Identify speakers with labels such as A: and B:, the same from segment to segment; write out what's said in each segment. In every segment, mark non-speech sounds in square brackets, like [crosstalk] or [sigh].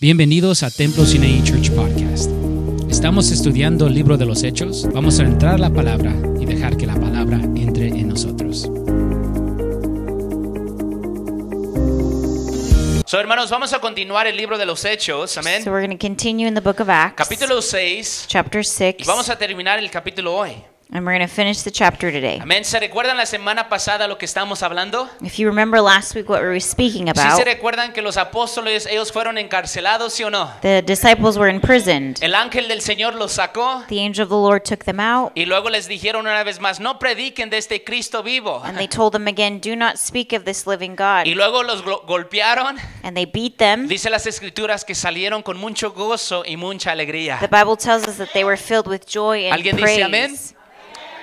A: Bienvenidos a Templo Sinai Church Podcast. Estamos estudiando el libro de los Hechos. Vamos a entrar a la palabra y dejar que la palabra entre en nosotros.
B: So, hermanos, vamos a continuar el libro de los Hechos, amén.
C: So we're going to continue in the book of Acts,
B: capítulo 6,
C: chapter
B: y
C: 6,
B: vamos a terminar el capítulo hoy.
C: and we're going to finish the chapter today.
B: Amén. ¿Se recuerdan la semana pasada lo que estábamos hablando?
C: If you remember last week what we were speaking
B: ¿Sí
C: about,
B: se recuerdan que los apóstoles, ellos fueron encarcelados, sí o no?
C: the disciples were imprisoned.
B: El ángel del Señor los sacó
C: The angel of the Lord took them out,
B: y luego les dijeron una vez más, no prediquen de este Cristo vivo.
C: and they told them again, Do not speak of this living God.
B: Y luego los glo- golpearon. [laughs]
C: And they beat them.
B: Dice las escrituras que salieron con mucho gozo y mucha alegría.
C: The Bible tells us that they were filled with joy and
B: "Ah." ¿Alguien dice
C: praise.
B: amén?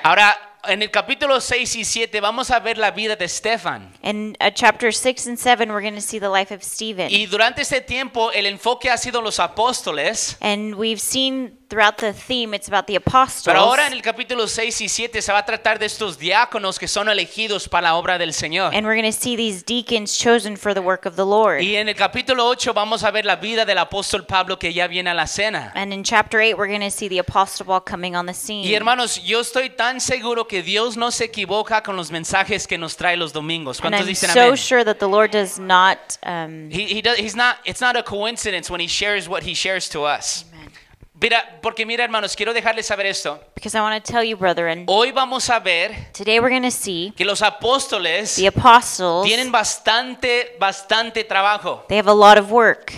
B: Ahora, en el capítulo 6 y 7 vamos a ver la vida de Estefan.
C: In uh, chapter 6 and 7, we're going to see the life of Stephen.
B: Y durante este tiempo el enfoque ha sido los apóstoles,
C: and we've seen throughout the theme, it's about the apostles.
B: pero ahora en el capítulo 6 y 7 se va a tratar de estos diáconos que son elegidos para la obra del Señor.
C: And we're going to see these deacons chosen for the work of the Lord.
B: Y en el capítulo 8 vamos a ver la vida del apóstol Pablo que ya viene a la cena.
C: And in chapter 8, we're going to see the Apostle Paul coming on the scene.
B: Y hermanos, yo estoy tan seguro que Dios no se equivoca con los mensajes que nos trae los domingos.
C: and
B: ¿Cuántos
C: I'm
B: dicen
C: so
B: amén?
C: sure that the Lord does not. Um,
B: He, he does, he's not, it's not a coincidence when he shares what he shares to us. Mira, porque mira hermanos, quiero dejarles saber esto.
C: because I want to tell you, brethren,
B: Hoy vamos a ver
C: today we're going to see
B: que los apóstoles
C: the apostles.
B: tienen bastante, bastante trabajo,
C: They have a lot of work.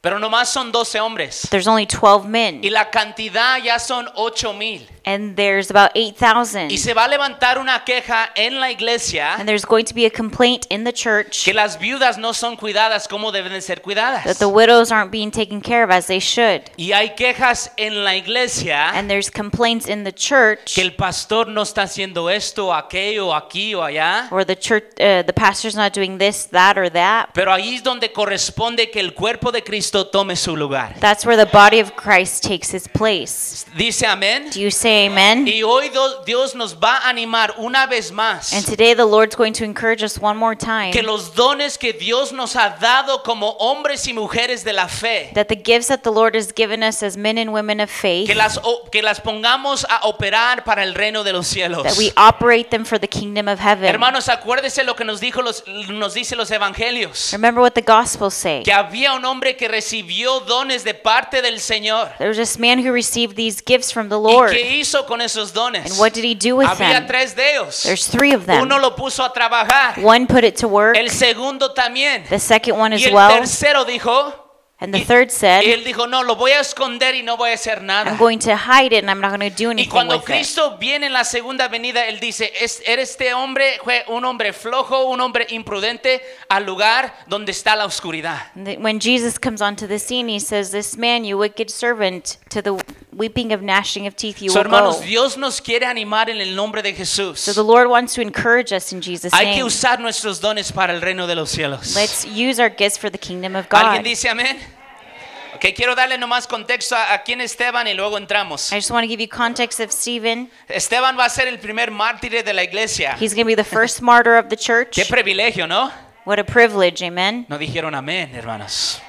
B: pero nomás son 12 hombres.
C: There's only 12 men,
B: Y la cantidad ya son 8 mil.
C: and there's about 8,000.
B: Y se va a levantar una queja en la iglesia
C: And there's going to be a complaint in the church
B: que las viudas no son cuidadas como deben de ser
C: that
B: cuidadas.
C: the widows aren't being taken care of as they should.
B: Y hay quejas en la iglesia
C: And there's complaints in the church
B: Ah. que el pastor no está haciendo esto, aquello, aquí o allá.
C: or the church, uh, the pastor's not doing this, that, or that.
B: Pero ahí es donde corresponde que el cuerpo de Cristo tome su lugar.
C: That's where the body of Christ takes his place.
B: Dice amén.
C: Do you say amen?
B: Y hoy do- Dios nos va a animar una vez más
C: And today the Lord's going to encourage us one more time
B: que los dones que Dios nos ha dado como hombres y mujeres de la fe,
C: that the gifts that the Lord has given us as men and women of faith,
B: que las, o- que las pongamos a operar para el reino de los cielos.
C: that we operate them for the kingdom of heaven.
B: Hermanos, acuérdese lo que nos, dijo los, nos dice los evangelios,
C: Remember what the Gospels say.
B: que había un hombre que recibió dones de parte del Señor.
C: There was this man who received these gifts from the
B: ¿Y
C: Lord.
B: qué hizo con esos dones?
C: And what did he do with
B: Había
C: them?
B: tres de ellos.
C: There's three of them.
B: Uno lo puso a trabajar.
C: One put it to work,
B: El segundo también.
C: the second one
B: Y
C: as
B: el
C: well,
B: tercero dijo,
C: and the third said,
B: y él dijo, no, lo voy a esconder y no voy a hacer nada.
C: I'm going to hide it and I'm not going to do
B: Y
C: anything
B: cuando
C: with it.
B: Cristo viene en la segunda venida, él dice, "Es- eres este hombre, fue un hombre flojo, un hombre imprudente, al lugar donde está la oscuridad.
C: And that When Jesus comes onto the scene, he says, This man, you wicked servant, to the weeping of gnashing of teeth you
B: So,
C: will go.
B: hermanos, Dios nos quiere animar en el nombre de
C: So the
B: Jesús.
C: Lord wants to encourage us in Jesus'
B: Hay que
C: name.
B: usar nuestros dones para el reino de los cielos.
C: Let's use our gifts for the kingdom of
B: ¿Alguien
C: God.
B: dice amén? Ok, quiero darle nomás contexto a, a quién es Esteban y luego entramos.
C: I just want to give you context of Stephen.
B: Esteban va a ser el primer mártir de la iglesia.
C: He's going to be the first martyr of the church.
B: Qué privilegio, ¿no?
C: What a privilege, amen.
B: No dijeron amén, hermanos.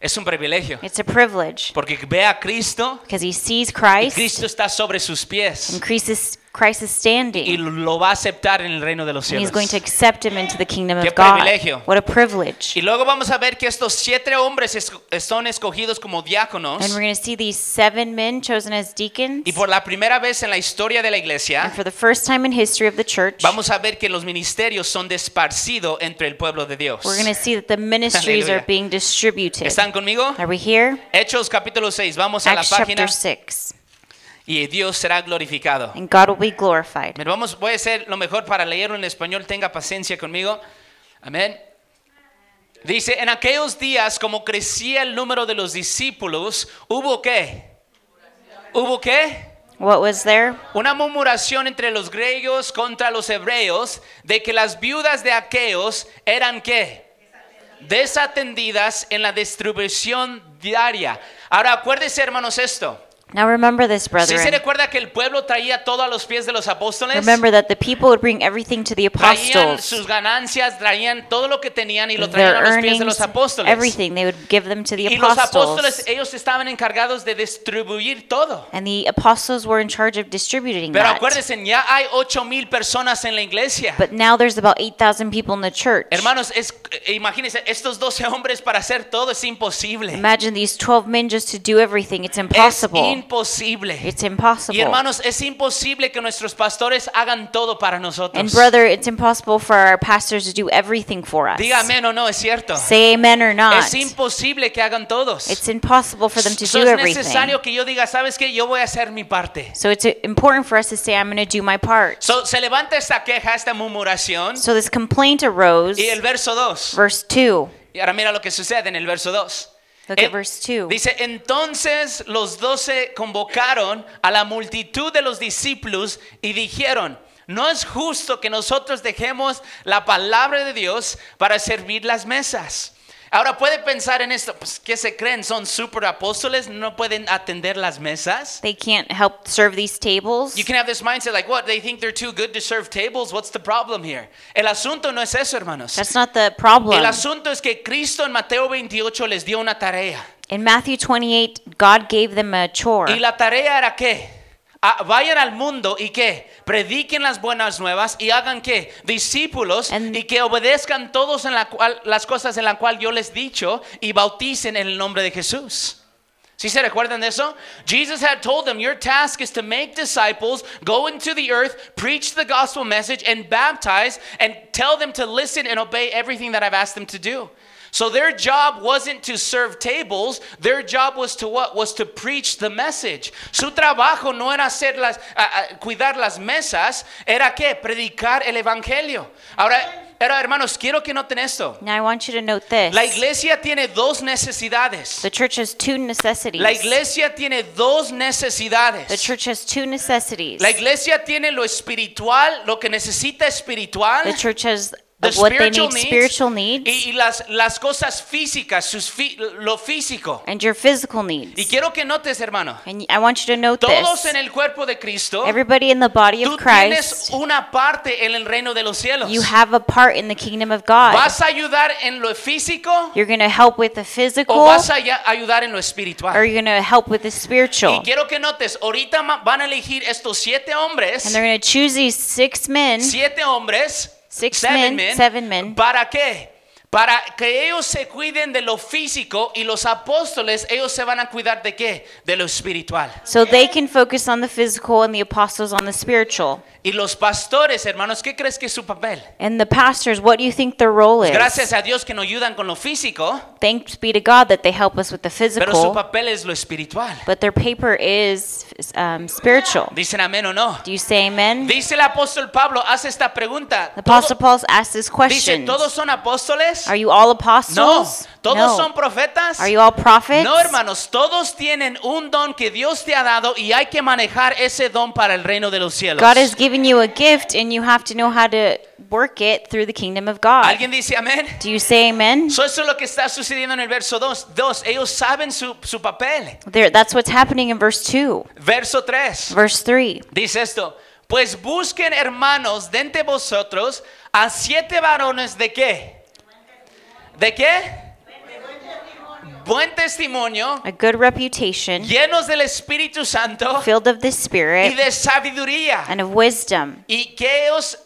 B: Es un privilegio.
C: It's a privilege
B: Porque ve a Cristo
C: because he sees
B: y
C: Christ
B: Cristo está sobre sus pies
C: and Christ is, Christ is
B: y
C: standing.
B: lo va a aceptar en el reino de los
C: And he's
B: cielos.
C: going to accept him into the kingdom
B: Qué
C: of God.
B: privilegio.
C: What a privilege.
B: Y luego vamos a ver que estos siete hombres es- son escogidos como
C: And
B: diáconos
C: we're going to see these seven men chosen as deacons.
B: y por la primera vez en la historia de la
C: And
B: iglesia
C: for the first time in history of the church,
B: vamos a ver que los ministerios son desparcidos entre el pueblo de Dios.
C: we're going to see that the ministries are
B: Hallelujah.
C: being distributed.
B: ¿Están conmigo?
C: Are we here?
B: Hechos capítulo 6, vamos a la
C: Acts
B: página
C: chapter 6.
B: y Dios será glorificado.
C: And God will be glorified.
B: Mira, vamos, voy a hacer lo mejor para leerlo en español. Tenga paciencia conmigo. Amén. Dice, en aquellos días, como crecía el número de los discípulos, hubo qué? Hubo qué?
C: What was there?
B: Una murmuración entre los griegos contra los hebreos de que las viudas de aquellos eran qué? Desatendidas en la distribución diaria. Ahora acuérdese, hermanos, esto.
C: Now remember this,
B: Si se
C: brethren.
B: recuerda que el pueblo traía todo a los pies de los apóstoles,
C: Remember that the people would bring everything to the
B: traían
C: apostles,
B: sus ganancias, traían todo lo que tenían y lo traían
C: their
B: a los pies de
C: earnings,
B: los apóstoles.
C: everything. They would give them to the
B: Y los apóstoles, eh,
C: apostles.
B: ellos estaban encargados de distribuir todo.
C: And the apostles were in charge of distributing
B: Pero
C: that.
B: acuérdense, ya hay 8 mil personas en la iglesia.
C: But now there's about 8,000 people in the church.
B: Hermanos, es, eh, imagínense, estos 12 hombres para hacer todo es imposible.
C: Imagine these 12 men just to do everything.
B: Es
C: It's impossible.
B: imposible.
C: It's impossible.
B: Y hermanos, es imposible que nuestros pastores hagan todo para
C: and
B: nosotros.
C: brother, it's impossible for our pastors to do everything for us.
B: Diga amén o no, es cierto.
C: Say amen or not.
B: Es imposible que hagan todos.
C: It's impossible for them to
B: So
C: do
B: es
C: everything.
B: necesario que yo diga, ¿sabes qué? Yo voy a hacer mi parte.
C: So it's uh, important for us to say, I'm going to do my part.
B: So, se levanta esta queja, esta murmuración.
C: So this complaint arose.
B: Y el verso 2.
C: Verse 2.
B: Y ahora mira lo que sucede en el verso 2.
C: Look at verse 2.
B: Dice, entonces los doce convocaron a la multitud de los discípulos y dijeron, no es justo que nosotros dejemos la palabra de Dios para servir las mesas. Ahora puede pensar en esto, pues, ¿qué se creen? ¿Son super apóstoles? ¿No pueden atender las mesas?
C: They can't help serve these tables.
B: You can have this mindset like, what? They think they're too good to serve tables. What's the problem here? El asunto no es eso, hermanos.
C: That's not the problem.
B: El asunto es que Cristo en Mateo 28 les dio una tarea.
C: In Matthew 28, God gave them a chore.
B: Y la tarea era qué? Ah, vayan al mundo y qué? Prediquen las buenas nuevas y hagan qué? Discípulos
C: And-
B: y que obedezcan todos en la cual, las cosas en la cual yo les dicho y bauticen en el nombre de Jesús. ¿Sí se recuerdan de eso? Jesus had told them, your task is to make disciples, go into the earth, preach the gospel message and baptize and tell them to listen and obey everything that I've asked them to do. So their job wasn't to serve tables, their job was to what? Was to preach the message. Su trabajo no era hacer las a- a- cuidar las mesas, era qué? Predicar el evangelio. Ahora, ahora, hermanos, quiero que noten esto.
C: Now I want you to note this.
B: La iglesia tiene dos necesidades.
C: the church has two necessities.
B: La iglesia tiene dos
C: the
B: necesidades.
C: church has two necessities.
B: La iglesia tiene lo espiritual, lo que necesita [laughs]
C: the
B: espiritual,
C: church has
B: the
C: what they
B: spiritual
C: need,
B: needs,
C: spiritual needs,
B: y, y las, las cosas físicas, sus fi- lo físico.
C: and your physical
B: Y
C: needs.
B: quiero que notes, hermano,
C: And I want you to note
B: todos
C: this.
B: en el cuerpo de Cristo,
C: Everybody in the body
B: tú
C: of
B: tienes
C: Christ,
B: una parte en el reino de los cielos.
C: you have a part in the kingdom of God.
B: ¿Vas a ayudar en lo físico
C: You're going to help with the
B: o
C: physical,
B: vas a ya- ayudar en lo
C: or
B: espiritual?
C: you're going to help with the
B: Y
C: spiritual.
B: quiero que notes, ahorita ma- van a elegir estos siete hombres.
C: And they're going to choose these six men.
B: siete hombres,
C: Mm. Six
B: seven
C: men,
B: men,
C: seven men.
B: ¿para qué? Para que ellos se cuiden de lo físico y los apóstoles, ellos se van a cuidar de qué? De lo espiritual.
C: So they can focus on the physical and the apostles on the spiritual.
B: Y los pastores, hermanos, ¿qué crees que es su papel?
C: And the pastors, what do you think their role is?
B: Gracias a Dios que nos ayudan con lo físico,
C: Thanks be to God that they help us with the
B: pero su
C: physical,
B: papel es lo espiritual.
C: but their paper is um, spiritual.
B: ¿Dicen amén o no?
C: Do you say amen?
B: Dice el apóstol Pablo, hace esta pregunta.
C: The
B: Todo-
C: Apostle Paul asked this
B: dice,
C: question
B: ¿todos son apóstoles?
C: Are you all
B: No,
C: apostles?
B: ¿todos son profetas?
C: Are you all prophets?
B: No, hermanos, todos tienen un don que Dios te ha dado y hay que manejar ese don para el reino de los cielos.
C: God has given you a gift, and you have to know how to work it through the kingdom of God.
B: ¿Alguien dice amén?
C: Do you say amen?
B: So, eso es lo que está sucediendo en el verso 2. ellos saben su, su papel.
C: There, that's what's happening in verse 2.
B: Verso 3.
C: Verse 3.
B: Dice esto. Pues busquen, hermanos, de entre vosotros a siete varones de qué? ¿De qué? Buen testimonio,
C: A good reputation,
B: llenos del Espíritu Santo
C: filled of the
B: y
C: Spirit,
B: de sabiduría.
C: and of wisdom.
B: y que os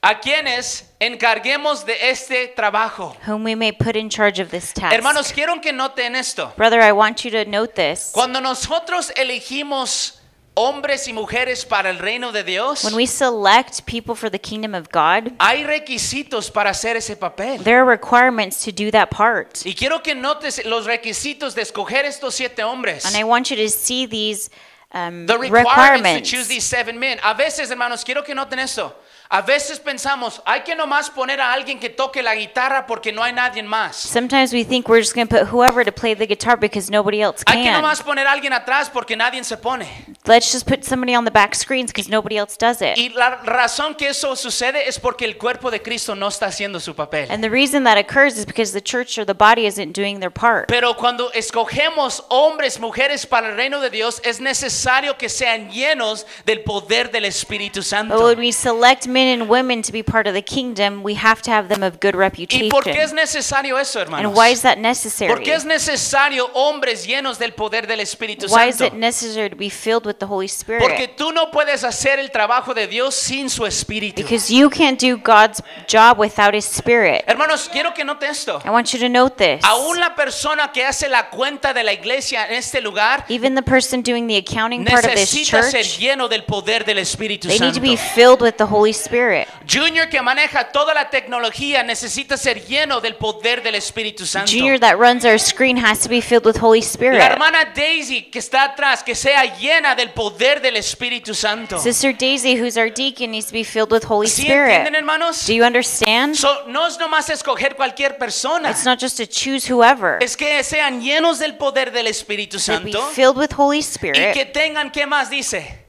B: a quienes encarguemos de este trabajo.
C: whom we may put in charge of this task.
B: Hermanos, quiero que noten esto.
C: Brother, I want you to note this.
B: Cuando nosotros elegimos hombres y mujeres para el reino de Dios,
C: When we select people for the kingdom of God,
B: hay requisitos para hacer ese papel.
C: there are requirements to do that part.
B: Y quiero que notes los requisitos de escoger estos siete hombres.
C: And I want you to see these um,
B: The requirements to
C: requirements.
B: choose these seven men. A veces, hermanos, quiero que noten esto. A veces pensamos, hay que nomás poner a alguien que toque la guitarra porque no hay nadie más.
C: Sometimes we think we're just going to put whoever to play the guitar because nobody else
B: Hay que
C: can.
B: nomás poner a alguien atrás porque nadie se pone.
C: Let's just put somebody on the back screens because nobody else does it.
B: Y la razón que eso sucede es porque el cuerpo de Cristo no está haciendo su papel.
C: And the reason that occurs is because the church or the body isn't doing their part.
B: Pero cuando escogemos hombres, mujeres para el reino de Dios, es necesario que sean llenos del poder del Espíritu
C: But
B: Santo.
C: when Oh, we select men and women to be part of the kingdom, we have to have them of good
B: ¿Y por qué es
C: reputation.
B: necesario eso, hermanos?
C: And why is that
B: ¿Por
C: necessary?
B: qué es necesario hombres llenos del poder del Espíritu
C: Why is
B: Santo?
C: it necessary to be filled with the Holy
B: Porque
C: Spirit?
B: tú no puedes hacer el trabajo de Dios sin su Espíritu.
C: Because you can't do God's job without His Spirit.
B: Hermanos, quiero que noten esto.
C: I want you to note this.
B: Aún la persona que hace la cuenta de la iglesia en este lugar
C: Even the person doing the accounting part of this
B: necesita ser
C: church,
B: lleno del poder del Espíritu
C: they need to
B: Santo.
C: be filled with the Holy Spirit.
B: Junior que maneja toda la tecnología necesita ser lleno del poder del Espíritu Santo.
C: Junior that runs our screen has to be filled with Holy
B: la
C: Spirit.
B: hermana Daisy que está atrás, que sea llena del poder del Espíritu Santo.
C: Sister Daisy, who's our deacon, needs to be filled with Holy
B: ¿Sí entienden,
C: Spirit.
B: hermanos?
C: Do you understand?
B: So, no es nomás escoger cualquier persona.
C: It's not just to choose whoever.
B: Es que sean llenos del poder del Espíritu
C: To be
B: Santo
C: filled with Holy
B: y que
C: Spirit,
B: tengan, ¿qué más dice?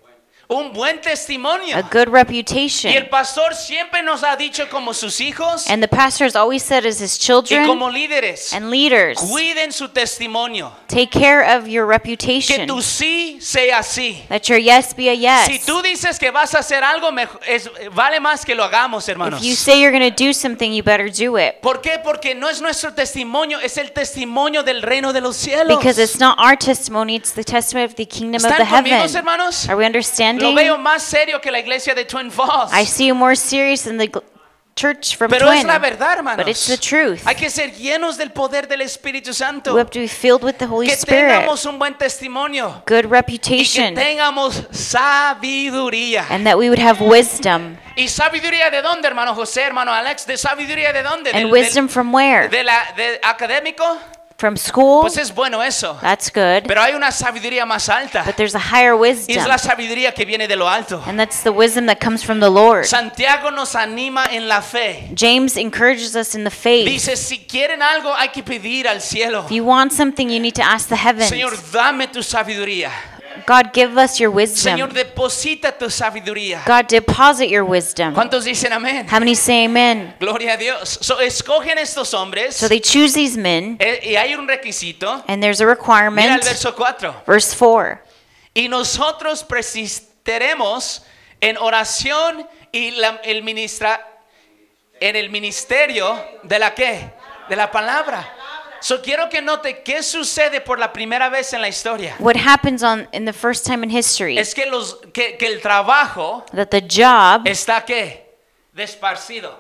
B: Un buen
C: a
B: testimonio. Y
C: good
B: el
C: reputation.
B: pastor siempre nos ha dicho como sus hijos
C: And the pastor has always said as his
B: y
C: children
B: como líderes,
C: and leaders,
B: cuiden su testimonio.
C: take care of your
B: Que
C: reputation.
B: tu sí sea sí.
C: Let your yes be a
B: Si
C: yes.
B: tú dices que vas a hacer algo, mej- es- vale más que lo hagamos, hermanos.
C: If you say you're going to do something, you better do it.
B: ¿Por qué? Porque no es nuestro testimonio, es el testimonio del reino de los cielos.
C: Because it's not our testimony, it's the testimony of the kingdom of
B: ¿Están
C: the
B: conmigo,
C: heaven.
B: hermanos?
C: Are we
B: Lo veo
C: understanding?
B: más serio que la iglesia de Twin Falls.
C: I see you more serious than the gl- church from
B: Pero es
C: Twin.
B: la verdad, hermanos.
C: But it's the truth.
B: Hay que ser llenos del poder del Espíritu Santo.
C: We have to be filled with the Holy
B: Que
C: Spirit,
B: tengamos un buen testimonio.
C: good
B: Y que
C: reputation,
B: tengamos sabiduría.
C: and that we would have wisdom.
B: ¿Y sabiduría de dónde, hermano José, hermano Alex? ¿De sabiduría de dónde?
C: And
B: ¿Del-
C: wisdom from where?
B: del- de la, de académico?
C: From school?
B: Pues es bueno eso.
C: That's good.
B: Pero hay una sabiduría más alta.
C: But there's a higher
B: Y es
C: wisdom,
B: la sabiduría que viene de lo alto.
C: and that's the wisdom that comes from the Lord.
B: Santiago nos anima en la fe.
C: James encourages us in the faith.
B: Dice, si quieren algo hay que pedir al cielo.
C: If you want something, you need to ask the heavens.
B: Señor, dame tu sabiduría.
C: God, give us your
B: Señor,
C: wisdom.
B: deposita tu sabiduría.
C: God, deposit your wisdom.
B: ¿Cuántos dicen amén?
C: How many say amen?
B: Gloria a Dios. So, escogen estos hombres
C: So they choose these men,
B: eh, y hay un requisito.
C: and there's a
B: Mira el
C: requirement.
B: verso 4.
C: Verse 4.
B: Y nosotros persistiremos en oración y la- el ministra, en el ministerio de la qué? De la palabra. So quiero que note qué sucede por la primera vez en la historia.
C: What happens on in the first time in history
B: Es que los que, que el trabajo
C: that the job
B: está qué? Desparcido.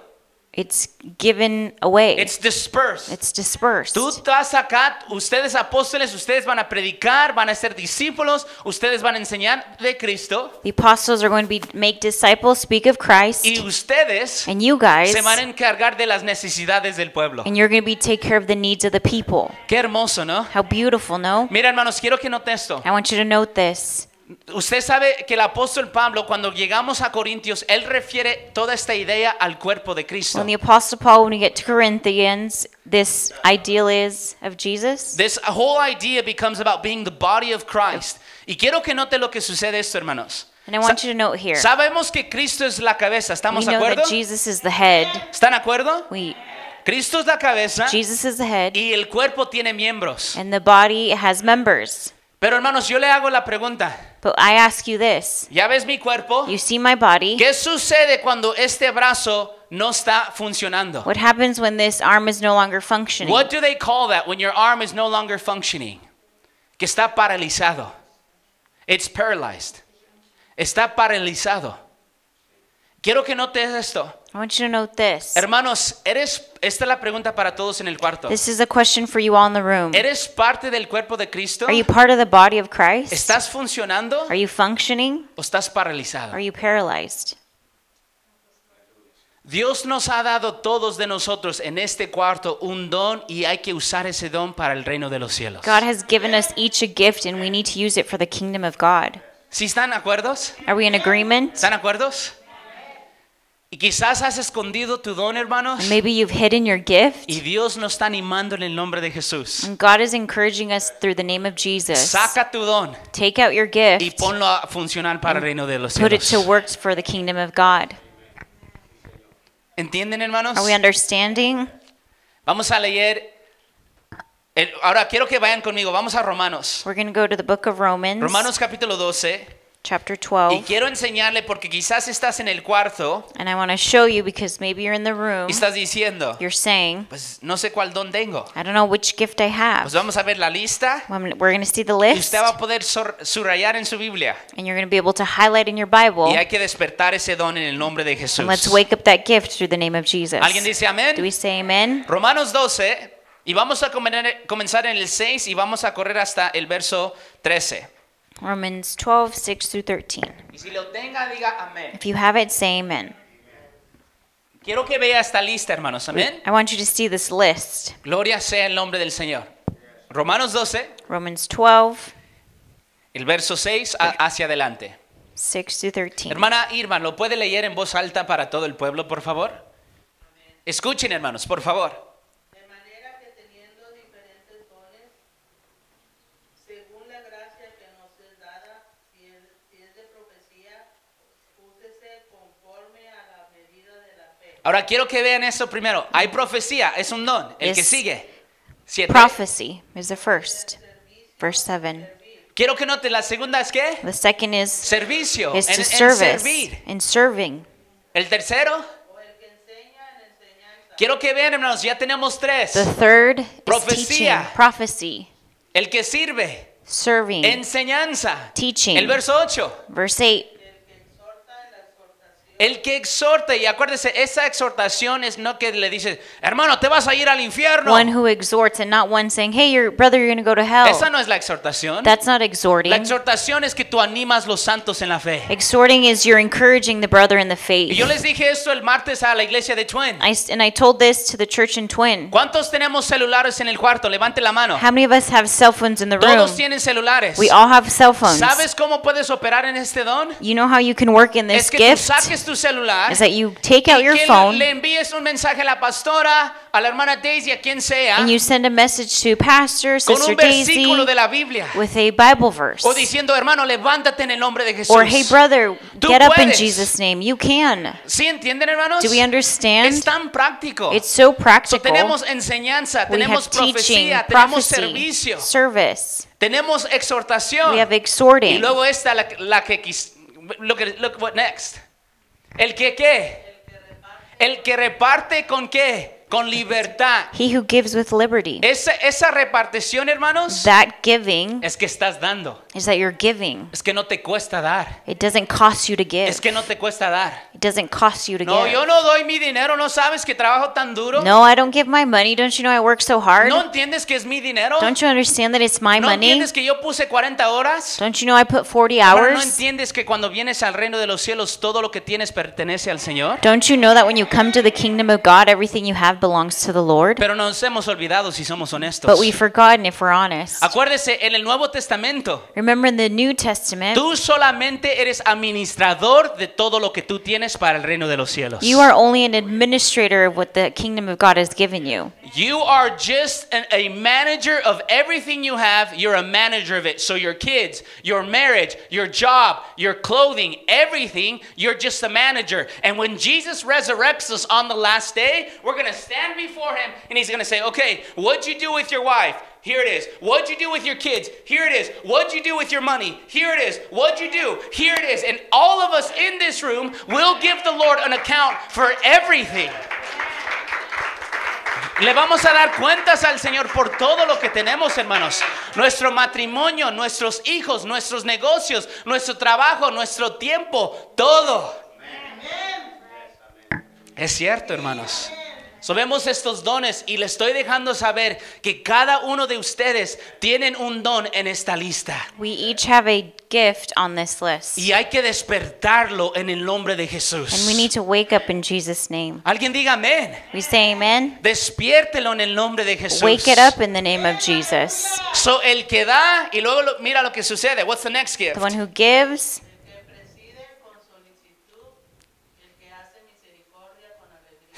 C: it's given away.
B: It's dispersed.
C: It's dispersed.
B: Tú estás acá, ustedes apóstoles, ustedes van a predicar, van a ser discípulos, ustedes van a enseñar de Cristo
C: The apostles are going to be make disciples, speak of Christ,
B: y ustedes
C: and you guys,
B: se van a encargar de las necesidades del pueblo.
C: and you're going to be take care of the needs of the people.
B: Qué hermoso, ¿no?
C: How beautiful, no?
B: Mira, hermanos, quiero que note esto.
C: I want you to note this.
B: Usted sabe que el apóstol Pablo, cuando llegamos a Corintios, él refiere toda esta idea al cuerpo de Cristo.
C: When the apostle Paul, when we get to Corinthians, this ideal is of Jesus.
B: This whole idea becomes about being the body of Christ. Y quiero que note lo que sucede esto, hermanos.
C: And I want
B: Sa-
C: you to note here.
B: Sabemos que Cristo es la cabeza,
C: We
B: ¿estamos de
C: know
B: acuerdo?
C: that Jesus is the head.
B: ¿Están de acuerdo?
C: We
B: Cristo es la cabeza
C: Jesus is the head,
B: y el cuerpo tiene miembros.
C: and the body has members.
B: Pero hermanos, yo le hago la pregunta.
C: But I ask you this.
B: ¿Ya ves mi cuerpo?
C: You see my body.
B: ¿Qué sucede cuando este brazo no está funcionando?
C: What happens when this arm is no longer functioning?
B: What do they call that when your arm is no longer functioning? Que está paralizado. It's paralyzed. Está paralizado. Quiero que notes esto.
C: I want you to note this.
B: Hermanos, eres esta es la pregunta para todos en el cuarto.
C: This is a question for you all in the room.
B: ¿Eres parte del cuerpo de Cristo?
C: Are you part of the body of Christ?
B: ¿Estás funcionando
C: Are you functioning?
B: o estás paralizado?
C: Are you paralyzed?
B: Dios nos ha dado todos de nosotros en este cuarto un don y hay que usar ese don para el reino de los cielos.
C: God has given us each a gift and we need to use it for the kingdom of God.
B: ¿Sí están de acuerdos?
C: Are we in agreement?
B: ¿Están de acuerdos? Y quizás has escondido tu don, hermanos.
C: And maybe you've hidden your gift.
B: Y Dios nos está animando en el nombre de Jesús.
C: And God is encouraging us through the name of Jesus.
B: Saca tu don
C: Take out your
B: y
C: gift.
B: ponlo a funcionar para el reino de los
C: Put it to
B: cielos.
C: work for the kingdom of God.
B: ¿Entienden, hermanos?
C: Are we understanding?
B: Vamos a leer. el- ahora quiero que vayan conmigo. Vamos a Romanos.
C: We're going to go to the book of Romans,
B: Romanos capítulo 12.
C: chapter
B: Y
C: 12.
B: quiero enseñarle porque quizás estás en el cuarto
C: And I want to show you because maybe you're in the room.
B: y estás diciendo,
C: You're saying,
B: pues no sé cuál don tengo.
C: I don't know which gift I have.
B: Pues vamos a ver la lista
C: Well, We're going to see the
B: y
C: list.
B: usted va a poder sor- subrayar en su Biblia.
C: And you're going to be able to highlight in your Bible.
B: Y hay que despertar ese don en el nombre de Jesús.
C: And let's wake up that gift through the name of Jesus.
B: ¿Alguien dice
C: Do we
B: amén?
C: say amen?
B: Romanos 12 y vamos a comen- comenzar en el 6 y vamos a correr hasta el verso 13.
C: Romans 12, 6 through 13.
B: Y si lo tenga, diga amén.
C: If you have it, say amen.
B: Quiero que vea esta lista, hermanos. Amén.
C: I want you to see this list.
B: Gloria sea el nombre del Señor. Romanos 12,
C: Romans 12,
B: el verso 6 a- hacia adelante.
C: 6 through 13.
B: Hermana Irma, ¿lo puede leer en voz alta para todo el pueblo, por favor? Escuchen, hermanos, por favor.
D: De manera que teniendo diferentes dones, según la gracia que nos es dada, si es, si es de profecía, úsese conforme a la medida de la fe.
B: Ahora quiero que vean esto primero. Hay profecía, es un don. El que
C: Es-
B: sigue. Siete.
C: Prophecy is the first. Verse 7.
B: Quiero que note, la segunda es qué?
C: The second is,
B: Servicio.
C: is
B: en,
C: to
B: en
C: service,
B: servir.
C: in serving.
B: El tercero,
D: O el que enseña en enseñanza,
B: quiero que vean, hermanos, ya tenemos tres.
C: The third is
B: Profecía.
C: teaching, prophecy,
B: El que sirve,
C: serving,
B: enseñanza.
C: teaching.
B: El verso 8.
C: Verse 8.
B: El que exhorta, y acuérdese, esa exhortación es no que le dices, hermano, te vas a ir al infierno.
C: One who exhorts and not one saying, hey, your brother, you're going to go to hell.
B: Esa no es la exhortación.
C: That's not exhorting.
B: La exhortación es que tú animas los santos en la fe.
C: Exhorting is you're encouraging the brother in the
B: Y
C: faith.
B: yo les dije esto el martes a la iglesia de Twin.
C: I, s- and I told this to the church in Twin.
B: ¿Cuántos tenemos celulares en el cuarto? Levante la mano.
C: How many of us have cell phones in the
B: Todos
C: room?
B: tienen celulares.
C: We all have cell phones.
B: ¿Sabes cómo puedes operar en este don?
C: You know how you can work in
B: Es
C: this
B: que tú
C: gift?
B: saques tu celular
C: Is that you take out
B: y
C: your
B: que le-
C: phone
B: le envíes un mensaje a la pastora, a la hermana Daisy, a quien sea,
C: and you send a message to Pastor,
B: con
C: Sister
B: un
C: Daisy,
B: versículo de la Biblia.
C: with a Bible verse.
B: O diciendo, hermano, levántate en el nombre de Jesús.
C: Or, hey, brother,
B: Tú
C: get up in
B: puedes.
C: Jesus' name. You can.
B: ¿Sí entienden, hermanos?
C: Do we
B: Es
C: understand?
B: tan práctico.
C: It's
B: So,
C: so practical.
B: tenemos enseñanza,
C: We
B: tenemos
C: have teaching,
B: profecía, tenemos
C: prophecy,
B: servicio,
C: service.
B: tenemos exhortación.
C: We have
B: Y
C: exhorting.
B: luego esta la, la que quis- look, at- look what next. El que qué? El que reparte con qué? Con libertad.
C: He who gives with liberty.
B: Esa, esa repartición, hermanos,
C: That giving
B: es que estás dando.
C: is that you're giving.
B: Es que no te cuesta dar.
C: It doesn't cost you to give.
B: Es que no te cuesta dar.
C: It doesn't cost you to
B: No,
C: give.
B: yo no doy mi dinero, no sabes que trabajo tan duro.
C: No, I don't give my money. Don't you know I work so hard?
B: ¿No entiendes que es mi dinero.
C: [laughs] Don't you understand that it's my
B: ¿No
C: money?
B: entiendes que yo puse 40 horas?
C: Don't you know I put 40
B: Ahora no
C: hours?
B: entiendes que cuando vienes al reino de los cielos todo lo que tienes pertenece al Señor.
C: Don't you know that when you come to the kingdom of God, everything you have belongs to the Lord?
B: Pero nos hemos olvidado si somos honestos.
C: But we've forgotten if we're honest.
B: Acuérdese, en el Nuevo Testamento,
C: Remember in the New Testament,
B: tú solamente eres administrador de todo lo que tú tienes para el reino de los cielos.
C: you are only an administrator of what the kingdom of God has given you.
B: You are just an- a manager of everything you have. You're a manager of it. So your kids, your marriage, your job, your clothing, everything, you're just a manager. And when Jesus resurrects us on the last day, we're going to stand before him and he's going to say, "Okay, what'd you do with your wife? Here it is. What'd you do with your kids? Here it is. What'd you do with your money? Here it is. What'd you do? Here it is." And all of us in this room will give the Lord an account for everything. Le vamos a dar cuentas al Señor por todo lo que tenemos, hermanos. Nuestro matrimonio, nuestros hijos, nuestros negocios, nuestro trabajo, nuestro tiempo, todo. Es cierto, hermanos. Sabemos estos dones y le estoy dejando saber que cada uno de ustedes tienen un don en esta lista.
C: We each have a gift on this list,
B: Y hay que despertarlo en el nombre de
C: and we need
B: Jesús.
C: to wake up in Jesus' name.
B: Alguien diga amén.
C: We say amen.
B: Despiértelo en el nombre de Jesús.
C: Wake it up in the name of Jesus.
B: So el que da y luego lo- mira lo que sucede. What's the next gift?
C: The one who gives,
D: el que preside con solicitud, el que hace misericordia.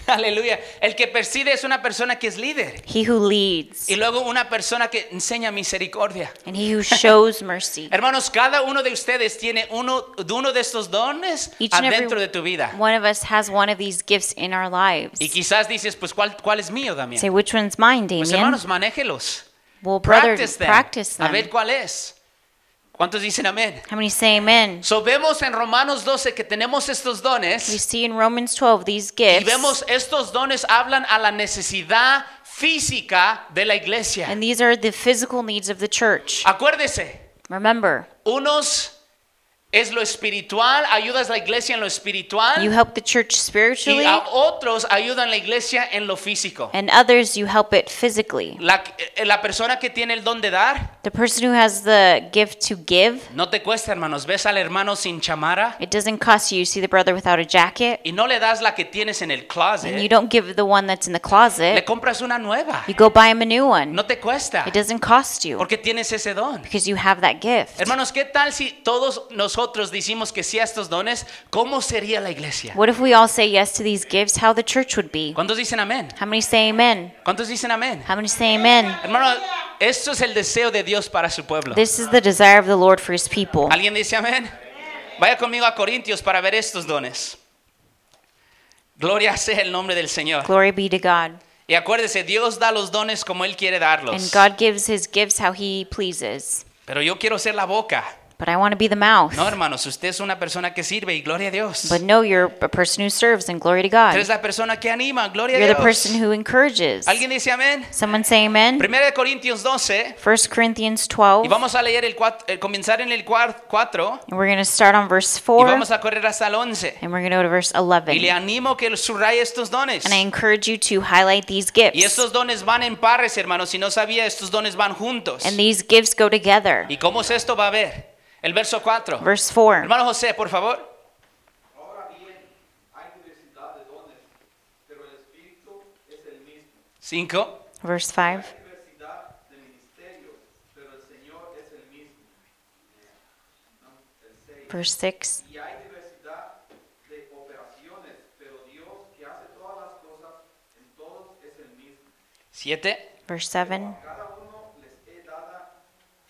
B: [laughs] Aleluya. El que preside es una persona que es líder.
C: he who leads,
B: Y luego una persona que enseña misericordia.
C: and he who shows mercy.
B: Hermanos, cada uno de ustedes tiene uno de, uno de estos dones
C: Each and
B: adentro de
C: every
B: tu vida.
C: one of us has one of these gifts in our lives.
B: Y quizás dices, pues, ¿cuál, cuál es mío, Damián?
C: Say, which one's mine,
B: Pues,
C: Damien?
B: hermanos, manéjelos.
C: Well, brother,
B: Practice them.
C: practice
B: A ver
C: them.
B: cuál es. ¿Cuántos dicen amén?
C: How many say amen?
B: So, vemos en Romanos 12 que tenemos estos
C: We
B: dones
C: see in Romans 12 these
B: y
C: gifts,
B: vemos estos dones hablan a la necesidad física de la iglesia.
C: and these are the physical needs of the church.
B: Acuérdese,
C: Remember,
B: unos es lo espiritual, ayudas a la iglesia en lo espiritual.
C: you help the church
B: Y ah,
C: spiritually,
B: a otros ayudan a la iglesia en lo físico.
C: and others you help it physically.
B: La, eh, la persona que tiene el don de dar,
C: The person who has the gift to give,
B: no te cuesta, hermanos. Ves al hermano sin chamara
C: it doesn't cost you. You see the brother without a jacket,
B: y no le das la que tienes en el
C: and you
B: closet.
C: don't give the one that's in the
B: Le
C: closet.
B: compras una nueva.
C: You go buy him a new one.
B: No te cuesta
C: It doesn't cost you
B: porque tienes ese don.
C: because you have that gift.
B: Hermanos, ¿qué tal si todos nosotros decimos que sí a estos dones? ¿Cómo sería la iglesia?
C: What if we all say yes to these gifts? How the church would be?
B: ¿Cuántos dicen amén?
C: How many say amen?
B: ¿Cuántos dicen amén?
C: How many say amen?
B: Hermanos, esto es el deseo de Dios para su pueblo.
C: This is the desire of the Lord for his people.
B: ¿Alguien dice amén? Vaya conmigo a Corintios para ver estos dones. Gloria sea el nombre del Señor.
C: Glory be to God.
B: Y acuérdese, Dios da los dones como Él quiere
C: And
B: darlos.
C: God gives his gifts how he pleases.
B: Pero yo quiero ser la boca.
C: But I want to be the mouth.
B: No, hermanos, usted es una persona que sirve y gloria a Dios.
C: But no, you're a person who serves, and glory to
B: Usted es
C: God.
B: la persona que anima, gloria
C: You're the
B: a
C: person
B: Dios.
C: who encourages.
B: ¿Alguien dice amén?
C: Someone say amen.
B: Primera de Corintios 12.
C: 1 Corinthians
B: Y
C: 12.
B: vamos a leer el, cuat- eh, comenzar en el 4
C: And we're going to start on verse
B: y
C: 4,
B: vamos a correr hasta el 11.
C: and we're going to go to verse
B: Y
C: 11.
B: le animo que subraye estos dones.
C: And I encourage you to highlight these gifts.
B: Y estos dones van en pares, hermanos. Si no sabía, estos dones van juntos.
C: And these gifts go together.
B: ¿Y cómo es esto? Va a ver. El verso 4.
C: Verse 4.
B: Hermano José, por favor.
E: Ahora bien, hay diversidad de dones, pero el espíritu es el mismo.
B: 5.
C: Verse 5.
E: Hay diversidad de ministerios, pero el Señor es el mismo. No, el seis.
C: Verse 6.
E: Y hay diversidad de operaciones, pero Dios que hace todas las cosas en todos es el mismo.
B: 7.
C: Verse 7.
E: A cada uno les he dada